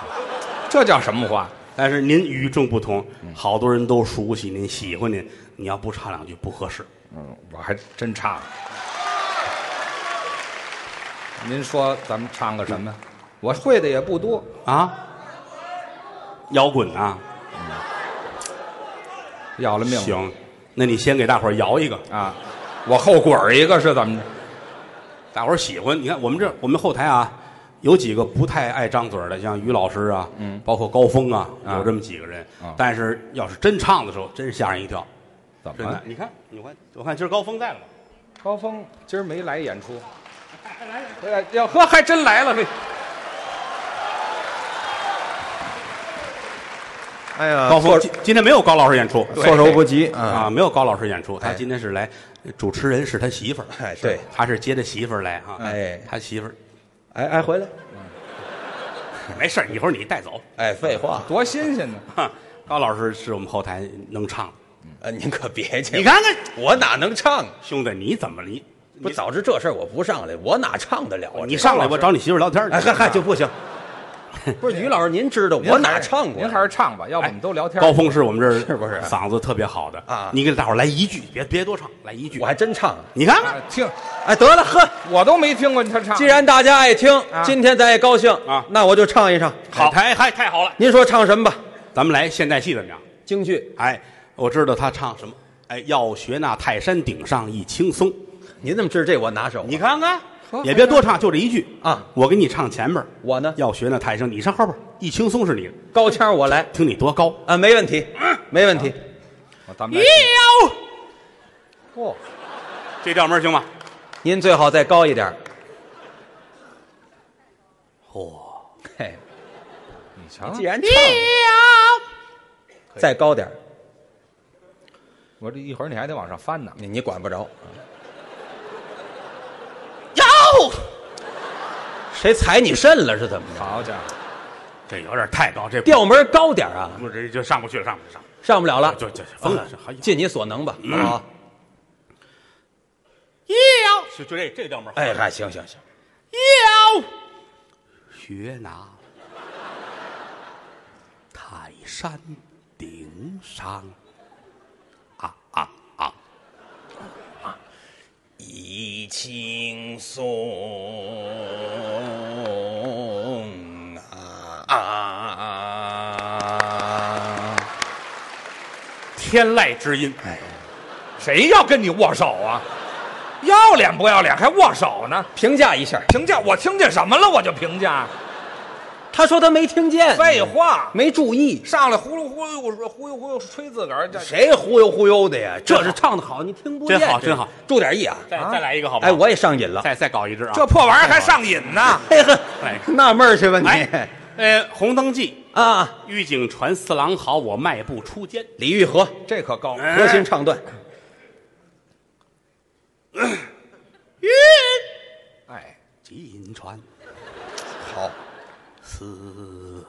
C: 这叫什么话？
B: 但是您与众不同，好多人都熟悉您，喜欢您。你要不唱两句不合适。
C: 嗯，我还真唱。您说咱们唱个什么？我会的也不多，
B: 啊，摇滚啊，
C: 要了命了
B: 行，那你先给大伙儿摇一个，
C: 啊！我后滚儿一个是怎么着？
B: 大伙儿喜欢。你看我们这我们后台啊，有几个不太爱张嘴儿的，像于老师啊，嗯，包括高峰啊，
C: 啊
B: 有这么几个人
C: 啊。
B: 但是要是真唱的时候，真是吓人一跳，
C: 怎
B: 真
C: 么
B: 的
C: 了？。
B: 你看，你看，我看今儿高峰在了吗？
C: 高峰今儿没来演出，来要喝还真来了。嘿
E: 哎呀，
B: 高峰今今天没有高老师演出
E: 措手不及啊！
B: 啊，没有高老师演出，他
E: 哎
B: 今天是来，主持人是他媳妇儿，
E: 哎对，
B: 他是接着媳妇儿来哈，
E: 哎
B: 他媳妇儿
E: 哎哎，回来！
B: 没事儿，一会儿你带走。
E: 哎，废话，
C: 多新鲜呢！
B: 哼高老师是我们后台能唱的。
E: 呃，您可别介，
B: 你看看，
E: 我哪能唱？
B: 兄弟，你怎么你
E: 不，早知这事儿我不上来，我哪唱得了啊？
B: 你上来
E: 这
B: 我找你媳妇儿聊天儿去啊
E: 哎嗨嗨就不行，不是于老师，您知道我
C: 您
E: 哪
C: 还是
E: 唱过呀？
C: 您还是唱吧，要不我们都聊
B: 哎
C: 天。
B: 高峰是我们这儿
E: 是不是
B: 嗓子特别好的
E: 啊
B: 你给大伙儿来一句，别别多唱，来一句
E: 我。还真唱。
B: 你看
C: 啊
B: 看，
C: 听，
E: 哎，得了，呵，
C: 我都没听过他唱。
E: 既然大家爱听，
C: 啊
E: 今天咱也高兴
B: 啊
E: 那我就唱一唱。
B: 好，太哎太太好了。
E: 您说唱什么吧？
B: 咱们来现代戏怎么样？
E: 京剧。
B: 哎，我知道他唱什么。哎，要学那泰山顶上一轻松。
E: 您怎么知道这我拿手？
B: 你看看
C: 呵，
B: 也别多唱，就这一句
E: 啊
B: 我给你唱前边儿，
E: 我呢？
B: 要学那泰山，你上后边儿一轻松是你的，
E: 高腔我来
B: 听你多高。
E: 啊，没问题，没问题。
C: 哦咱们来
B: 哟，
E: 嚯，
B: 这调门儿行吗？
E: 您最好再高一点。
B: 嚯，
E: 嘿，
C: 你
B: 啊
C: 瞧
E: 既，然唱，再高点儿
C: 我这一会儿你还得往上翻呢。
E: 你你管不着。
B: 哟，
E: 谁踩你肾了是怎么着？
C: 好家伙，
B: 这有点太高，这不
E: 调啊门高点儿啊，
B: 不这就上不去了，上不去，上不
E: 上不了了
B: 去，，就嗯就就疯了，这还有
E: 尽你所能吧，好不好？
B: 就就这这调门儿好。
E: 哎，嗨，行行行，
B: 学那泰山顶上啊啊啊！
E: 一轻松啊啊！
B: 天籁之音，
E: 哎
C: 谁要跟你握手啊？要脸不要脸还握手呢？
E: 评价一下，
C: 评价我听见什么了？我就评价。
E: 他说他没听见，
C: 废话，
E: 没注意，
C: 上来忽悠忽悠我说忽悠忽悠吹自个儿，这
E: 谁忽悠忽悠的呀？这是唱的好，你听不见，
B: 真好真好，
E: 注点意啊！
B: 再再来一个好不好？
E: 哎，我也上瘾了，
B: 再再搞一支啊！
C: 这破玩意儿还上瘾呢？
E: 嘿呵
B: 来一个，
E: 纳闷儿去吧你 [LAUGHS]
B: 来，呃，《红灯记
E: 啊！》，
B: 狱警传四郎好，我迈步出监。
E: 李玉和
C: 这可高，
E: 核心唱段，
C: 哎，
B: 金川
E: 好，
B: 四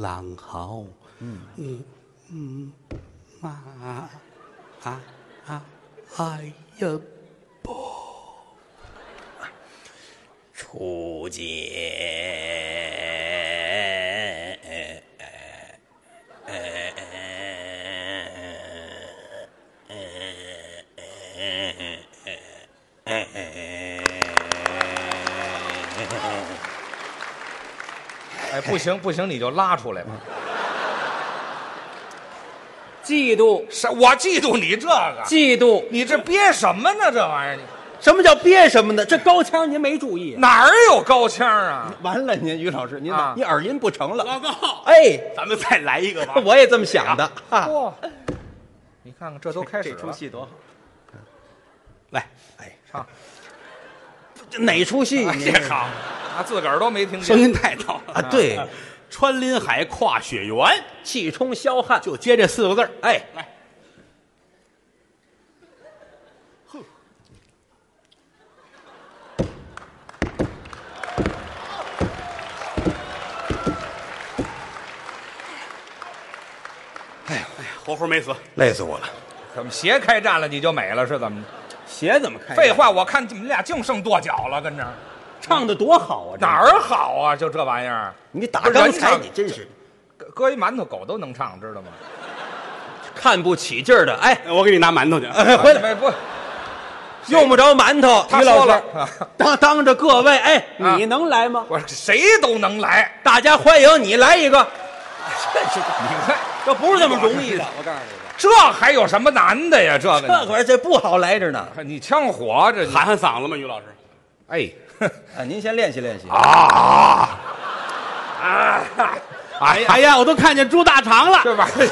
B: 郎好，嗯嗯嗯啊啊啊！哎呀，
E: 出界。
C: 哎，不行不行，你就拉出来 [LAUGHS] 吧。
E: 嫉妒，
C: 是我嫉妒你这个，
E: 嫉妒，
C: 你这憋什么呢？这玩意儿你
E: 什么叫憋什么呢？这高腔您没注意、
C: 哪儿有高腔啊？
E: 完了，您于老师，您、
C: 啊
E: 您耳音不成了。
B: 报告，
E: 哎，
B: 咱们再来一个吧。
E: 我也这么想的。哈
C: 嚯、你看看这都开始
E: 这出
C: 了，
E: 戏多好，
B: 来，
E: 哎
C: 唱
E: 这哪出戏？您
B: 哎
C: 这好，啊，自个儿都没听
B: 声
C: 见。
B: 音太高了。
E: 啊，对，
B: 穿林海，跨雪原，
E: 气冲霄汉。
B: 就接这四个字儿。
E: 哎，
B: 哎活活没死。
E: 累死我了。
C: 怎么鞋开战了你就美了是怎么着？
E: 鞋怎么开？
C: 废，话，我看你们俩净剩跺脚了，跟这儿
E: 唱的多好啊！这
C: 哪？儿好啊？就这玩意儿，
E: 你打
C: 不是
E: 刚
C: 人
E: 才
C: 唱
E: 你真是
C: 搁搁一馒头狗都能唱，知道吗？
E: 看不起劲儿的。哎，
B: 哎我给你拿馒头去。
E: 哎，回来，
C: 来不？
E: 用不着馒头。
C: 啊他
E: 于
C: 说
E: 老
C: 了
E: 师，
C: [LAUGHS]
E: 当当着各位，哎，
C: 啊
E: 你能来吗？
C: 我说谁都能来，
E: 大家欢迎你来一个。真是
C: 你看
E: 这不是那么容易的，我告诉你。
C: 这还有什么难的呀？这个
E: 这会儿这不好来着呢。
C: 你你呛火这你
B: 喊喊嗓子嘛，于老师。
C: 哎
E: 啊，您先练习练习。
C: 啊啊！哎呀，
B: 哎呀，我都看见猪大肠
C: [LAUGHS]
B: 了。
C: 这玩意儿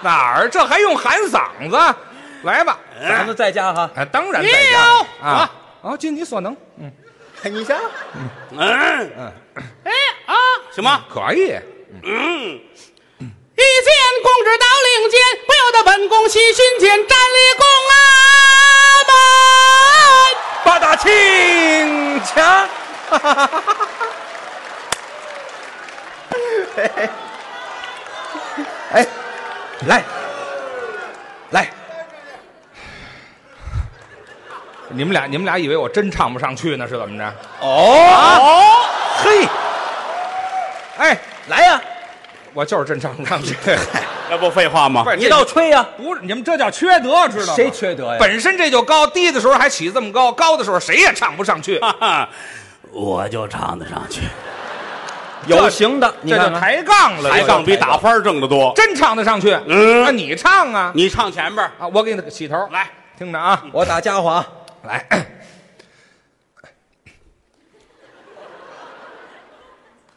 C: 哪儿这还用喊嗓子？来吧，
E: 咱们在家哈，
C: 啊，当然在家啊啊，尽你所能，
E: 你瞧，
B: 嗯嗯，哎啊，行吗？
C: 可以。
D: 一见公之到令箭，不由得本宫喜心间，站立宫阿门。
E: 八大庆
C: [LAUGHS]
E: 强，哎，来，来，
C: 你们俩，你们俩以为我真唱不上去呢，是怎么着？
E: 哦，嘿，
C: 啊哎，
E: 来呀，
C: 我就是真唱不上去。
B: 那不废话吗？
C: 不是
E: 你倒吹呀，
C: 不是你们这叫缺德，知道吗？
E: 谁缺德呀
C: [LAUGHS] 本身这就高，低的时候还起这么高，高的时候谁也唱不上去。
B: 哈哈， [LAUGHS] 我就唱得上去，
E: 有形的，你
C: 这
E: 看
C: 就
E: 看
C: 抬杠了，
B: 抬杠
C: 这
B: 比打拍儿挣得多
C: 就。真唱得上去。
B: 嗯
C: 那你唱啊
B: 你唱前边儿
C: 啊！我给你起头，
B: 来，
C: 听着啊，
E: 我打家伙啊，
C: 来。 [COUGHS]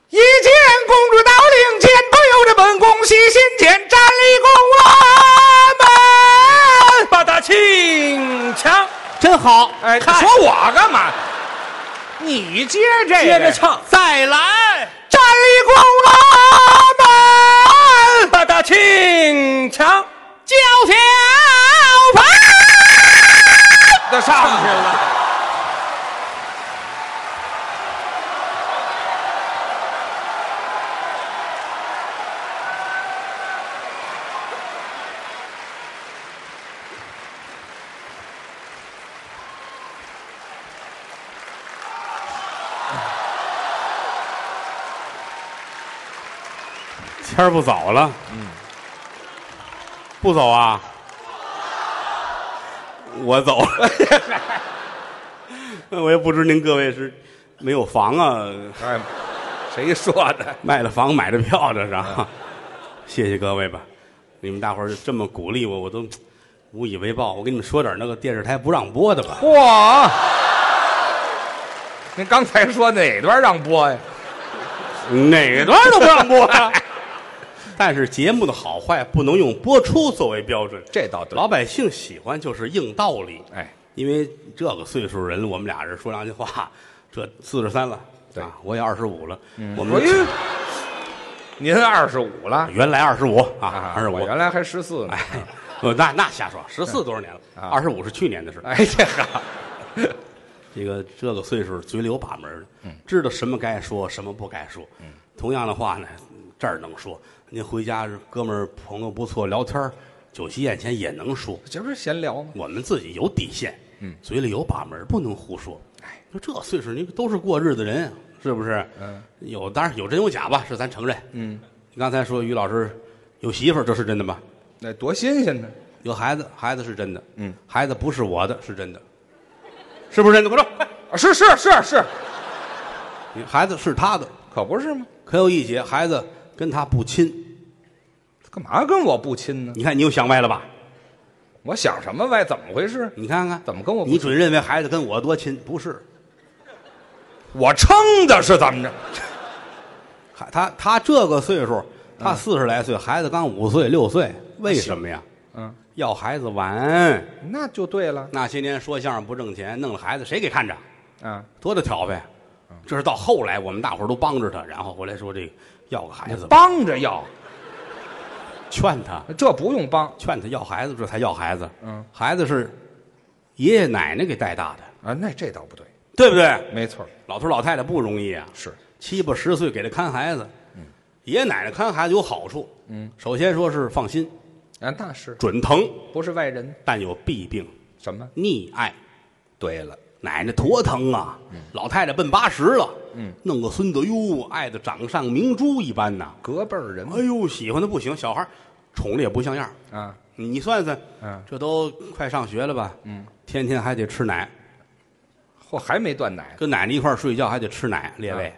C: 一见公主到领间，不由着本宫喜心间，站立宫我们。
E: 八大庆强，
D: 真好，
C: 哎，
E: 看
C: 说我干嘛？你接这个，
E: 接着唱，
D: 再来，
C: 站立宫我们。
E: 八大庆强，
C: 教条派都上去了。
B: 天儿不早了，嗯，不走啊，我走了。我也不知您各位是没有房啊，
C: 哎，谁说的？
B: 卖了房买了票，这是啊。谢谢各位吧，你们大伙儿就这么鼓励我，我都无以为报。我跟你们说点那个电视台不让播的吧。
C: 嚯！您刚才说哪段让播呀？
B: 哪段都不让播、啊。 [LAUGHS] 但是节目的好坏不能用播出作为标准，
C: 这倒对
B: 老百姓喜欢就是硬道理。
C: 哎，
B: 因为这个岁数人，我们俩人说良心话，这四十三了，
C: 对嗯
B: 啊，我也二十五了。我
C: 我
B: 们
C: 一您二十五了
B: 原来二十五啊，二十
C: 我
B: 五。
C: 原来还哎十四呢。
B: 哎， [LAUGHS] 呃那那瞎说，十四多少年了？
C: 啊
B: 二十五是去年的事。
C: 哎，这个
B: 这个这个岁数嘴里有把门儿的，知道什么该说，什么不该说。同样的话呢，这儿能说，您回家哥们儿朋友不错，聊天儿酒席宴前也能说。
C: 这不是闲聊吗？
B: 我们自己有底线，嗯，嘴里有把门儿，不能胡说。哎，说这岁数，您都是过日子人啊，是不是？嗯，有当然有真有假吧，这咱承认。嗯，刚才说于老师有媳妇儿，这是真的吗？
C: 那哎多新鲜呢！
B: 有孩子，孩子是真的。嗯，孩子不是我的，是真的，是不是真的？快说，快
C: 啊，是是是是，
B: 你孩子是他的，
C: 可不是吗？
B: 可有一姐孩子跟他不亲，
C: 干嘛跟我不亲呢？
B: 你看你又想歪了吧？
C: 我想什么歪？怎么回事？
B: 你看看
C: 怎么跟我不
B: 你准认为孩子跟我多亲？不是，
C: 我撑的是怎么着？
B: 孩他他这个岁数，他四十来岁，孩子刚五岁六岁，为什么呀？
C: 嗯，
B: 要孩子晚，
C: 那就对了
B: 那些年说相声不挣钱，弄了孩子谁给看着？
C: 啊！
B: 多大挑费？
C: 嗯
B: 这是到后来我们大伙儿都帮着他，然后回来说这个要个孩子吧，
C: 帮着要，
B: 劝他
C: 这不用帮
B: 劝他要孩子，这才要孩子。
C: 嗯，
B: 孩子是爷爷奶奶给带大的，
C: 啊。那这倒不对，
B: 对不对？
C: 没错，
B: 老头老太太不容易啊，
C: 是
B: 七八十岁给他看孩子，爷爷奶奶看孩子有好处，嗯，首先说是放心，
C: 啊，那是
B: 准疼，
C: 不是外人？
B: 但有弊病，
C: 什么？
B: 溺爱。
C: 对了，
B: 奶奶多疼啊，老太太奔八十了，嗯，弄个孙子哟，爱的掌上明珠一般呐，
C: 隔辈儿人
B: 哎呦，喜欢的不行，小孩儿宠的也不像样儿。
C: 啊，
B: 你算算，
C: 嗯
B: 这都快上学了吧？嗯，天天还得吃奶，
C: 嚯，还没断奶呢，
B: 跟奶奶一块儿睡觉还得吃奶，列位，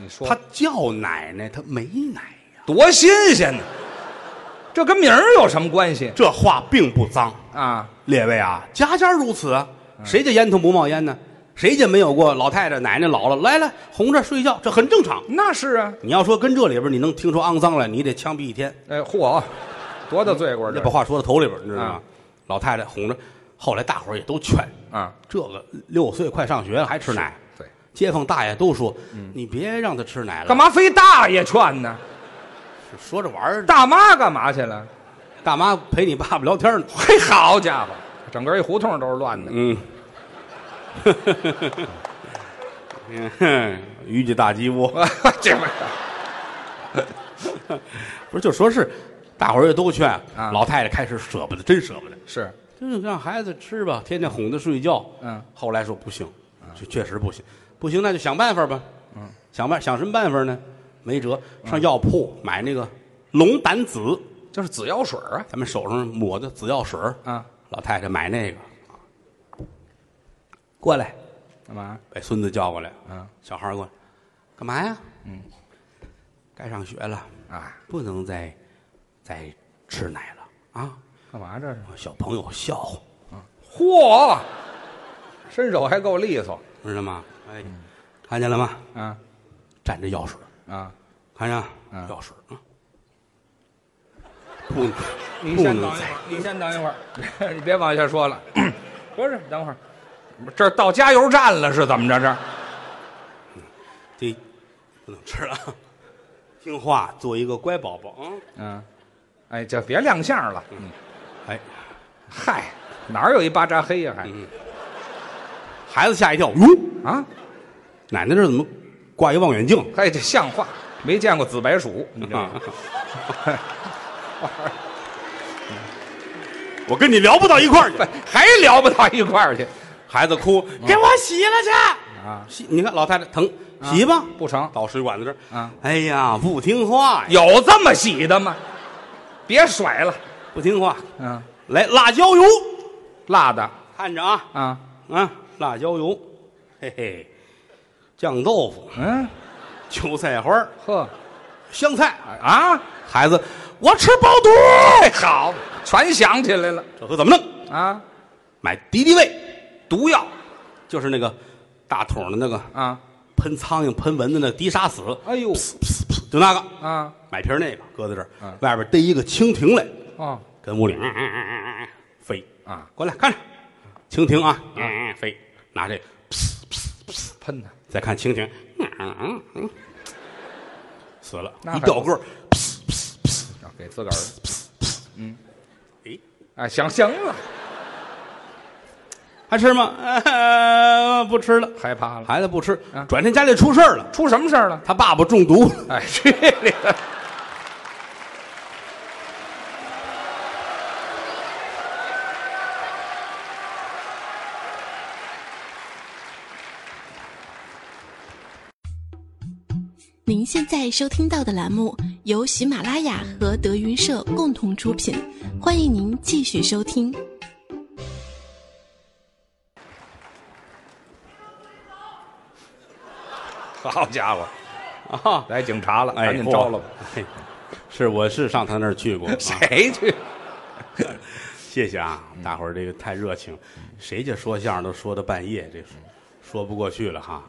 C: 你说
B: 他叫奶奶，他没奶。
C: 多新鲜呢？这跟名儿有什么关系
B: 这话并不脏，
C: 啊？
B: 列位啊，家家如此啊，谁家烟囱不冒烟呢？谁家没有过老太太、奶奶老了来来哄着睡觉，这很正常。
C: 那是啊，
B: 你要说跟这里边你能听出肮脏来，你得枪毙一天。
C: 哎，嚯，多大罪过
B: 这
C: 这
B: 把话说到头里边，你知道吗
C: 啊？
B: 老太太哄着，后来大伙儿也都劝，
C: 啊？
B: 这个六岁快上学了还吃奶，
C: 对，
B: 街坊大爷都说、你别让他吃奶了，
C: 嗯干？嘛非大爷劝呢？
B: 说着玩儿，大
C: 大妈干嘛去了？
B: 大妈陪你爸爸聊天呢。
C: 嘿，好家伙，整个一胡同都是乱的。 [LAUGHS]
B: 嗯， [LAUGHS] 嗯 [LAUGHS] 于家大鸡窝，
C: 这不
B: 不是就说是，大伙儿也都劝、
C: 啊
B: 老太太开始舍不得，真舍不得，
C: 是
B: 就是让孩子吃吧，天天哄她睡觉。
C: 嗯，
B: 后来说不行，这确实不行。不行，那就想办法吧。嗯，想办想什么办法呢？没辙，上药铺买那个龙胆子，
C: 就是紫药水儿啊
B: 咱们手上抹的紫药水儿
C: 啊，
B: 老太太买那个，过来，
C: 干嘛？
B: 把孙子叫过来。
C: 嗯，
B: 小孩儿过来，干嘛呀？嗯，该上学了，
C: 啊，
B: 不能再再吃奶了啊！
C: 干嘛这是？
B: 小朋友笑话，
C: 嚯，伸手还够利索
B: 知道吗？哎，看见了吗？
C: 啊
B: 蘸着药水，
C: 啊！
B: 看见
C: 嗯
B: 药水啊， [LAUGHS] 不能，
C: 你
B: 不
C: 先
B: 能
C: 等一会
B: 再
C: 儿，你先等一会儿，你 [LAUGHS] 别往下说了。 [CLEARS THROAT] 不是，等会儿，这儿到加油站了是怎么着？这儿
B: 这不能吃了。听话，做一个乖宝宝啊！
C: 嗯，哎，就别亮相了。嗯，
B: 哎，
C: 嗨，哪儿有一巴扎黑呀、还、
B: 孩子吓一跳，哟，
C: 啊？
B: 奶奶这怎么挂一望远镜？
C: 嘿，这像话，没见过紫白鼠，你知道吗？
B: 我跟你聊不到一块儿去。
C: 还聊不到一块儿去
B: 孩子哭，给我洗了去。
C: 啊？
B: 嗯洗，你看老太太疼，洗吧，
C: 不成，
B: 倒水管子这儿。
C: 啊
B: 哎呀，不听话呀，
C: 有这么洗的吗？别甩了，
B: 不听话，
C: 嗯、
B: 来辣椒油，
C: 辣的
B: 看着啊
C: 啊，
B: 啊，辣椒油，嘿嘿，酱豆腐，
C: 嗯，
B: 韭菜花儿，
C: 呵
B: 香菜。
C: 啊，
B: 孩子，我吃包肚，
C: 哎，好，全想起来了
B: 这可怎么弄？
C: 啊，
B: 买敌敌畏，毒药，就是那个大桶的那个
C: 啊，
B: 喷苍蝇、喷蚊子那个滴杀死，
C: 哎呦
B: 就那个，
C: 啊，
B: 买瓶那个搁在这儿
C: 嗯，
B: 外边逮一个蜻蜓来，
C: 哦
B: 跟屋里嗯嗯嗯嗯嗯飞
C: 啊，
B: 过来看着蜻蜓啊，嗯嗯飞，拿这个
C: 喷的，
B: 再看蜻蜓，嗯嗯嗯嗯，死了，
C: 那
B: 一
C: 还不
B: 掉个儿，
C: 啊给自个儿，
B: 哎，
C: 哎，行行了，
B: 还吃吗？呃 [LAUGHS] 不吃了，
C: 害怕了，
B: 孩子不吃
C: 啊，
B: 转天家里出事儿了，
C: 出什么事儿了？
B: 他爸爸中毒了。
C: 哎， [LAUGHS] 去你的！
F: 您现在收听到的栏目由喜马拉雅和德云社共同出品，欢迎您继续收听。
C: 好家伙，
B: 啊，
C: 来警察了，
B: 哎，
C: 赶紧招了吧。
B: 嚯。嘿是，我是上他那儿去过。
C: [LAUGHS]
B: 啊
C: 谁去？
B: 谢谢啊，大伙儿这个太热情，谁家说相声都说到半夜，这是说不过去了哈。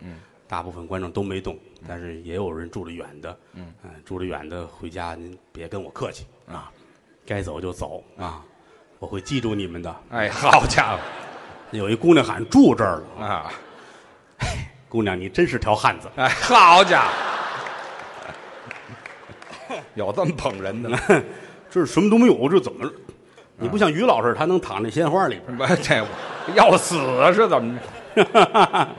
B: 大部分观众都没动，但是也有人住得远的。嗯，住得远的回家您别跟我客气啊，该走就走啊，我会记住你们的。
C: 哎，好家
B: 有一姑娘喊住这儿了，
C: 伙啊！
B: 姑娘你真是条汉子。
C: [LAUGHS] 哎，好家伙， [LAUGHS] 有这么捧人的吗？
B: 这是什么都没有，这怎么了？你不像于老师，他能躺在鲜花里边。
C: [LAUGHS] 不，这我要死啊是怎么着？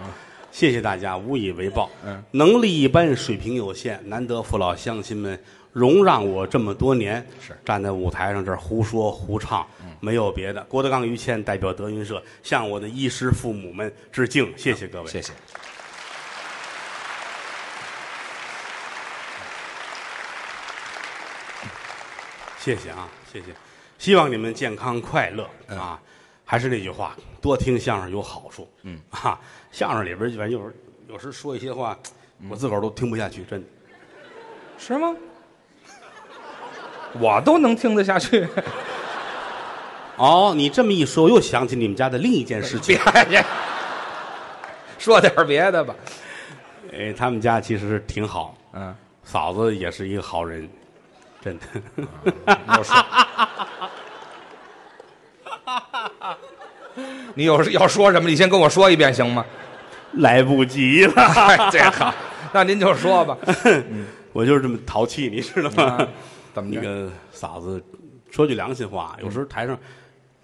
B: 谢谢大家，无以为报。
C: 嗯，
B: 能力一般，水平有限，难得父老乡亲们容让我这么多年，
C: 是嗯
B: 站在舞台上这儿胡说胡唱，没有别的。郭德纲、于谦代表德云社向我的衣食父母们致敬，谢谢各位。
C: 谢谢。
B: 谢谢啊，谢谢，希望你们健康快乐
C: 嗯
B: 啊！还是那句话，多听相声有好处。嗯啊，相声里边反正有时有时说一些话，
C: 嗯
B: 我自个儿都听不下去，真的。
C: 是吗？我都能听得下去，
B: 哦，你这么一说，我又想起你们家的另一件事情
C: [LAUGHS] 别。别说点别的吧。
B: 哎，他们家其实挺好，
C: 嗯，
B: 嫂子也是一个好人，真的。
C: 啊我说，你有要说什么？你先跟我说一遍行吗？
B: [LAUGHS]
C: [LAUGHS]
B: 来不及了，
C: 哎，这好，那您就说吧。
B: [LAUGHS] 我就是这么淘气，你知道吗
C: 嗯啊？怎么着
B: 那个嫂子，说句良心话，有时候台上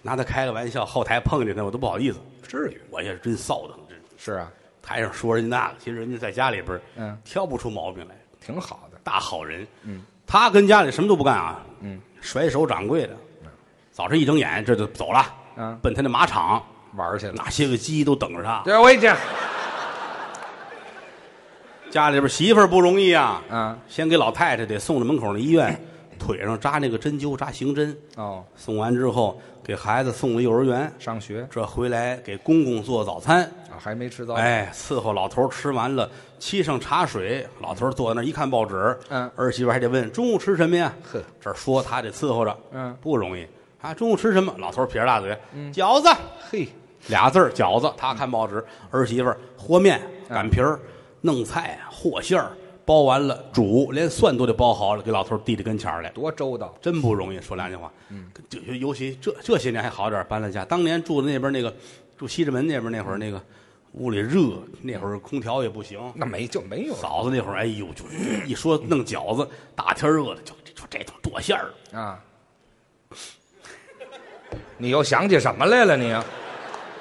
B: 拿她开个玩笑，后台碰见她，我都不好意思。
C: 至于？
B: 我也是真臊的很，真是
C: [LAUGHS] 是啊，
B: 台上说人家那个，其实人家在家里边，
C: 嗯，
B: 挑不出毛病来，
C: 挺好的。
B: 大好人。嗯，他跟家里什么都不干啊，嗯，甩手掌柜的，早晨一睁眼这就走了，
C: 嗯
B: 奔他那马场，
C: 玩儿去了。
B: 哪些个鸡都等着他。
C: 对，我已经
B: 家里边媳妇儿不容易啊，
C: 嗯，
B: 先给老太太得送到门口那医
C: [LAUGHS]
B: 院，腿上扎那个针灸，扎行针，
C: 哦，
B: 送完之后给孩子送了幼儿园，
C: 上学
B: 这回来给公公做早餐，
C: 啊，还没吃早点。
B: 哎，伺候老头儿吃完了，沏上茶水，老头儿坐在那儿一看报纸，
C: 嗯
B: 儿媳妇还得问中午吃什么呀？
C: 呵，
B: 这儿说他得伺候着，
C: 嗯
B: 不容易啊。中午吃什么？老头儿撇着大嘴，饺子，
C: 嘿，
B: 俩字儿饺子。他看报纸，儿媳妇儿和面、擀皮儿、弄菜、啊和馅儿，包完了煮，连蒜都得包好了，给老头儿递到跟前儿来。
C: 多周到。
B: 真不容易，说良心话，嗯，就尤其这这些年还好点儿搬了家。当年住的那边那个，住西直门那边那会儿那个屋里热，那会儿空调也不行。
C: 那没就没有
B: 嫂子那会儿，哎呦，就一说弄饺子，大天热的，就就就这种剁馅儿，
C: 啊！ [LAUGHS] 你又想起什么来了？你呀，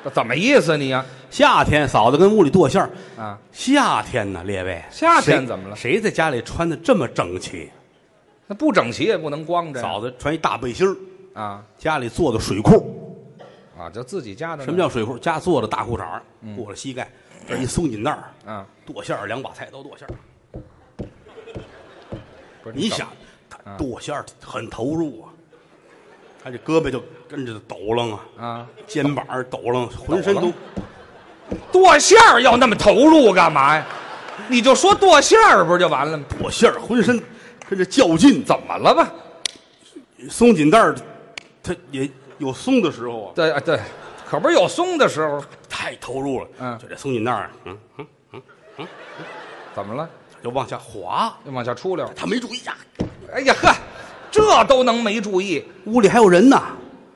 C: 这怎么意思你呀？
B: 夏天，嫂子跟屋里剁馅儿
C: 啊。
B: 夏天呢，列位，
C: 夏天
B: 谁
C: 怎么了
B: 谁在家里穿的这么整齐？
C: 那不整齐也不能光着呀
B: 嫂子穿一大背心儿，
C: 啊
B: 家里做的水裤。
C: 啊！就自己家的呢
B: 什么叫水裤？家做的大裤衩儿，
C: 嗯
B: 过了膝盖，这一松紧带儿，
C: 啊？
B: 剁馅儿两把菜都剁馅儿。
C: 不是
B: 你
C: 怎
B: 想，他剁馅儿很投入啊，他这胳膊就跟着抖楞啊，
C: 啊，
B: 肩膀儿抖楞，浑身都
C: 抖剁馅儿要那么投入干嘛呀？你就说剁馅儿不是就完了吗？
B: 剁馅儿，浑身跟着较劲，怎
C: 怎么了吧？
B: 松紧带儿，他也有松的时候啊，
C: 对对，可不是有松的时候，
B: 太投入了，
C: 嗯
B: 就这松紧带儿，嗯，
C: 怎么了？
B: 就往下滑，
C: 又往下出溜。
B: 他没注意呀，
C: 哎呀呵，这都能没注意
B: 屋里还有人呢，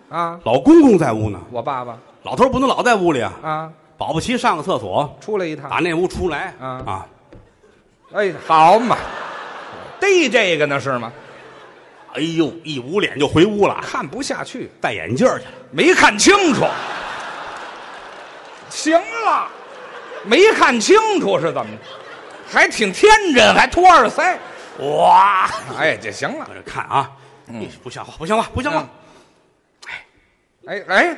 C: 啊？
B: 老公公在屋呢，
C: 我爸爸
B: 老头儿不能老在屋里啊，
C: 啊，
B: 保不齐上个厕所，
C: 出来一趟
B: 打。那屋出来
C: 啊
B: 啊，
C: 哎，好嘛，逮这个呢是吗？
B: 哎呦，一捂脸就回屋了，
C: 看不下去，
B: 戴眼镜儿去了。
C: 没看清楚。行了，没看清楚是怎么着？还挺天真，还托耳塞。
B: 哇！
C: 哎，这行了
B: 我。这看啊，不像话，不像话，不像话，
C: 嗯哎哎，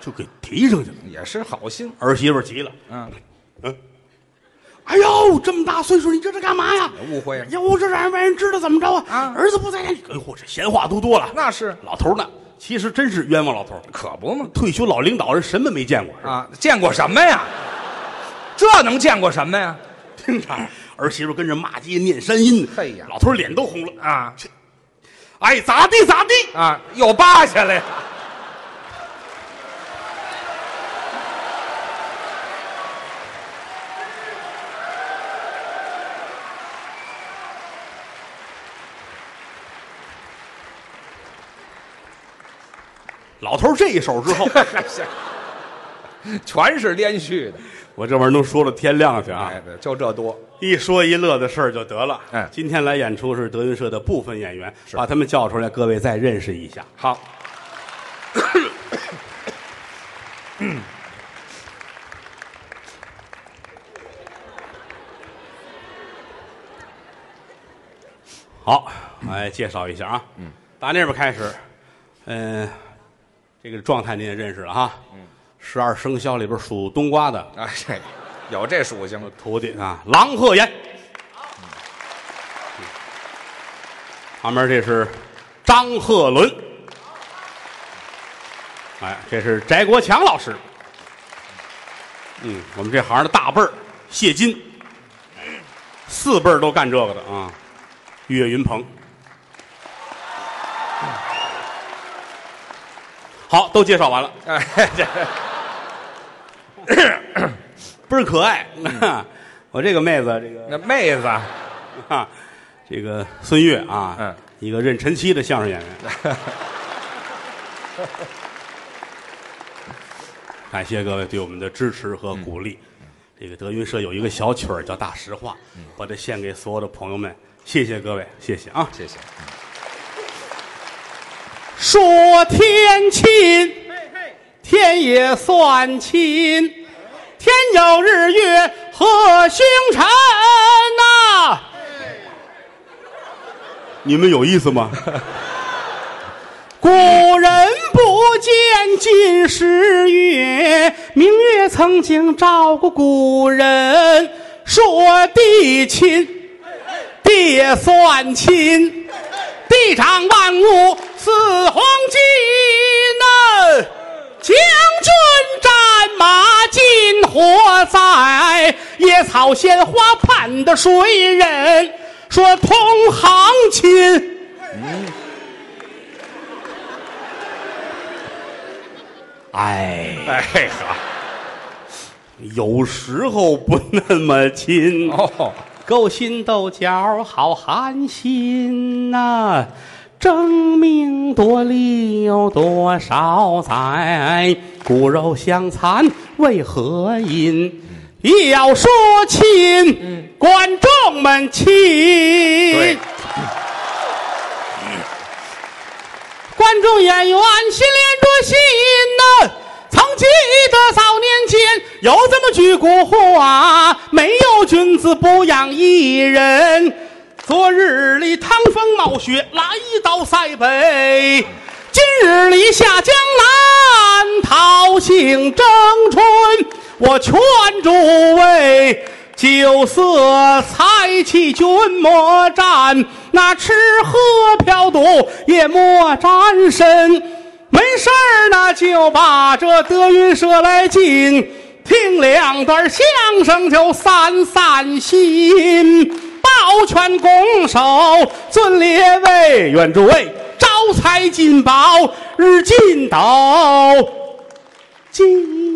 B: 就给提上去了。
C: 也是好心。
B: 儿媳妇儿急了，
C: 嗯，
B: 哎呦，这么大岁数，你这是干嘛呀？
C: 误会了
B: 哎呦，这让外人知道怎么着啊
C: 啊？
B: 儿子不在家，你哎呦，这闲话都多了。
C: 那是
B: 老头呢？其实真是冤枉老头，
C: 可不嘛。
B: 退休老领导人什么没见过？
C: 啊，见过什么呀？这能见过什么呀？
B: 听着，儿媳妇跟着骂街念山音，
C: 嘿呀
B: 老头脸都红了。
C: 啊
B: 哎，咋地咋地，
C: 啊，又扒下来了。
B: 老头这一手之
C: [LAUGHS]
B: 后，
C: 全是连续的，
B: 我这玩意儿能说到天亮去啊！
C: 哎，就这多
B: 一说一乐的事儿就得了。
C: 哎
B: 今天来演出是德云社的部分演员，把他们叫出来，各位再认识一下。
C: 好。
B: [COUGHS] 好，来介绍一下啊。嗯，打那边开始，嗯、这个状态您也认识了哈。嗯，十二生肖里边属冬瓜的
C: 哎，这有这属性，
B: 徒弟啊，郎鹤炎。旁边这是张鹤伦，哎，这是翟国强老师。嗯，我们这行的大辈儿谢金，四辈儿都干这个的啊。岳云鹏，好，都介绍完了。
C: 哎，这
B: 倍儿可爱。 [LAUGHS] 我这个妹子，这个
C: 那妹子，
B: 啊，这个孙越啊，
C: 嗯
B: 一个认陈七的相声演员。感谢各位对我们的支持和鼓励。这个德云社有一个小曲儿叫《大实话》，我这献给所有的朋友们，谢谢各位，谢谢啊！
C: 谢谢。
G: 说天亲，天也算亲，天有日月和星辰呐、
B: 你们有意思吗？
G: 古人不见今时月，明月曾经照过古人。说
B: 说地亲，地也算亲，地长万物似黄金呐、将军战马金火在，野草鲜花盼的谁人？说同行亲。
H: 哎，
C: 哎呀，有时候不那么亲。
H: 哦，
B: 勾心斗角好寒心呐、争名夺利有多少载？骨肉相残为何因？一要说亲，观众们亲。
H: 对
B: 观众演员心连着心呐、曾记得早年间有这么句古话：啊没有君子不养艺人。昨日里趟风冒雪来到塞北，今日里下江南桃杏争春。我劝诸位。酒色财气均莫沾，那吃喝嫖赌也莫沾身。没事儿呢，就把这德云社来进，听两段相声就散散心。抱拳拱手，尊列位，愿诸位招财进宝，日进斗金。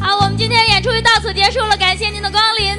A: 好，我们今天演出就到此结束了，感谢您的光临。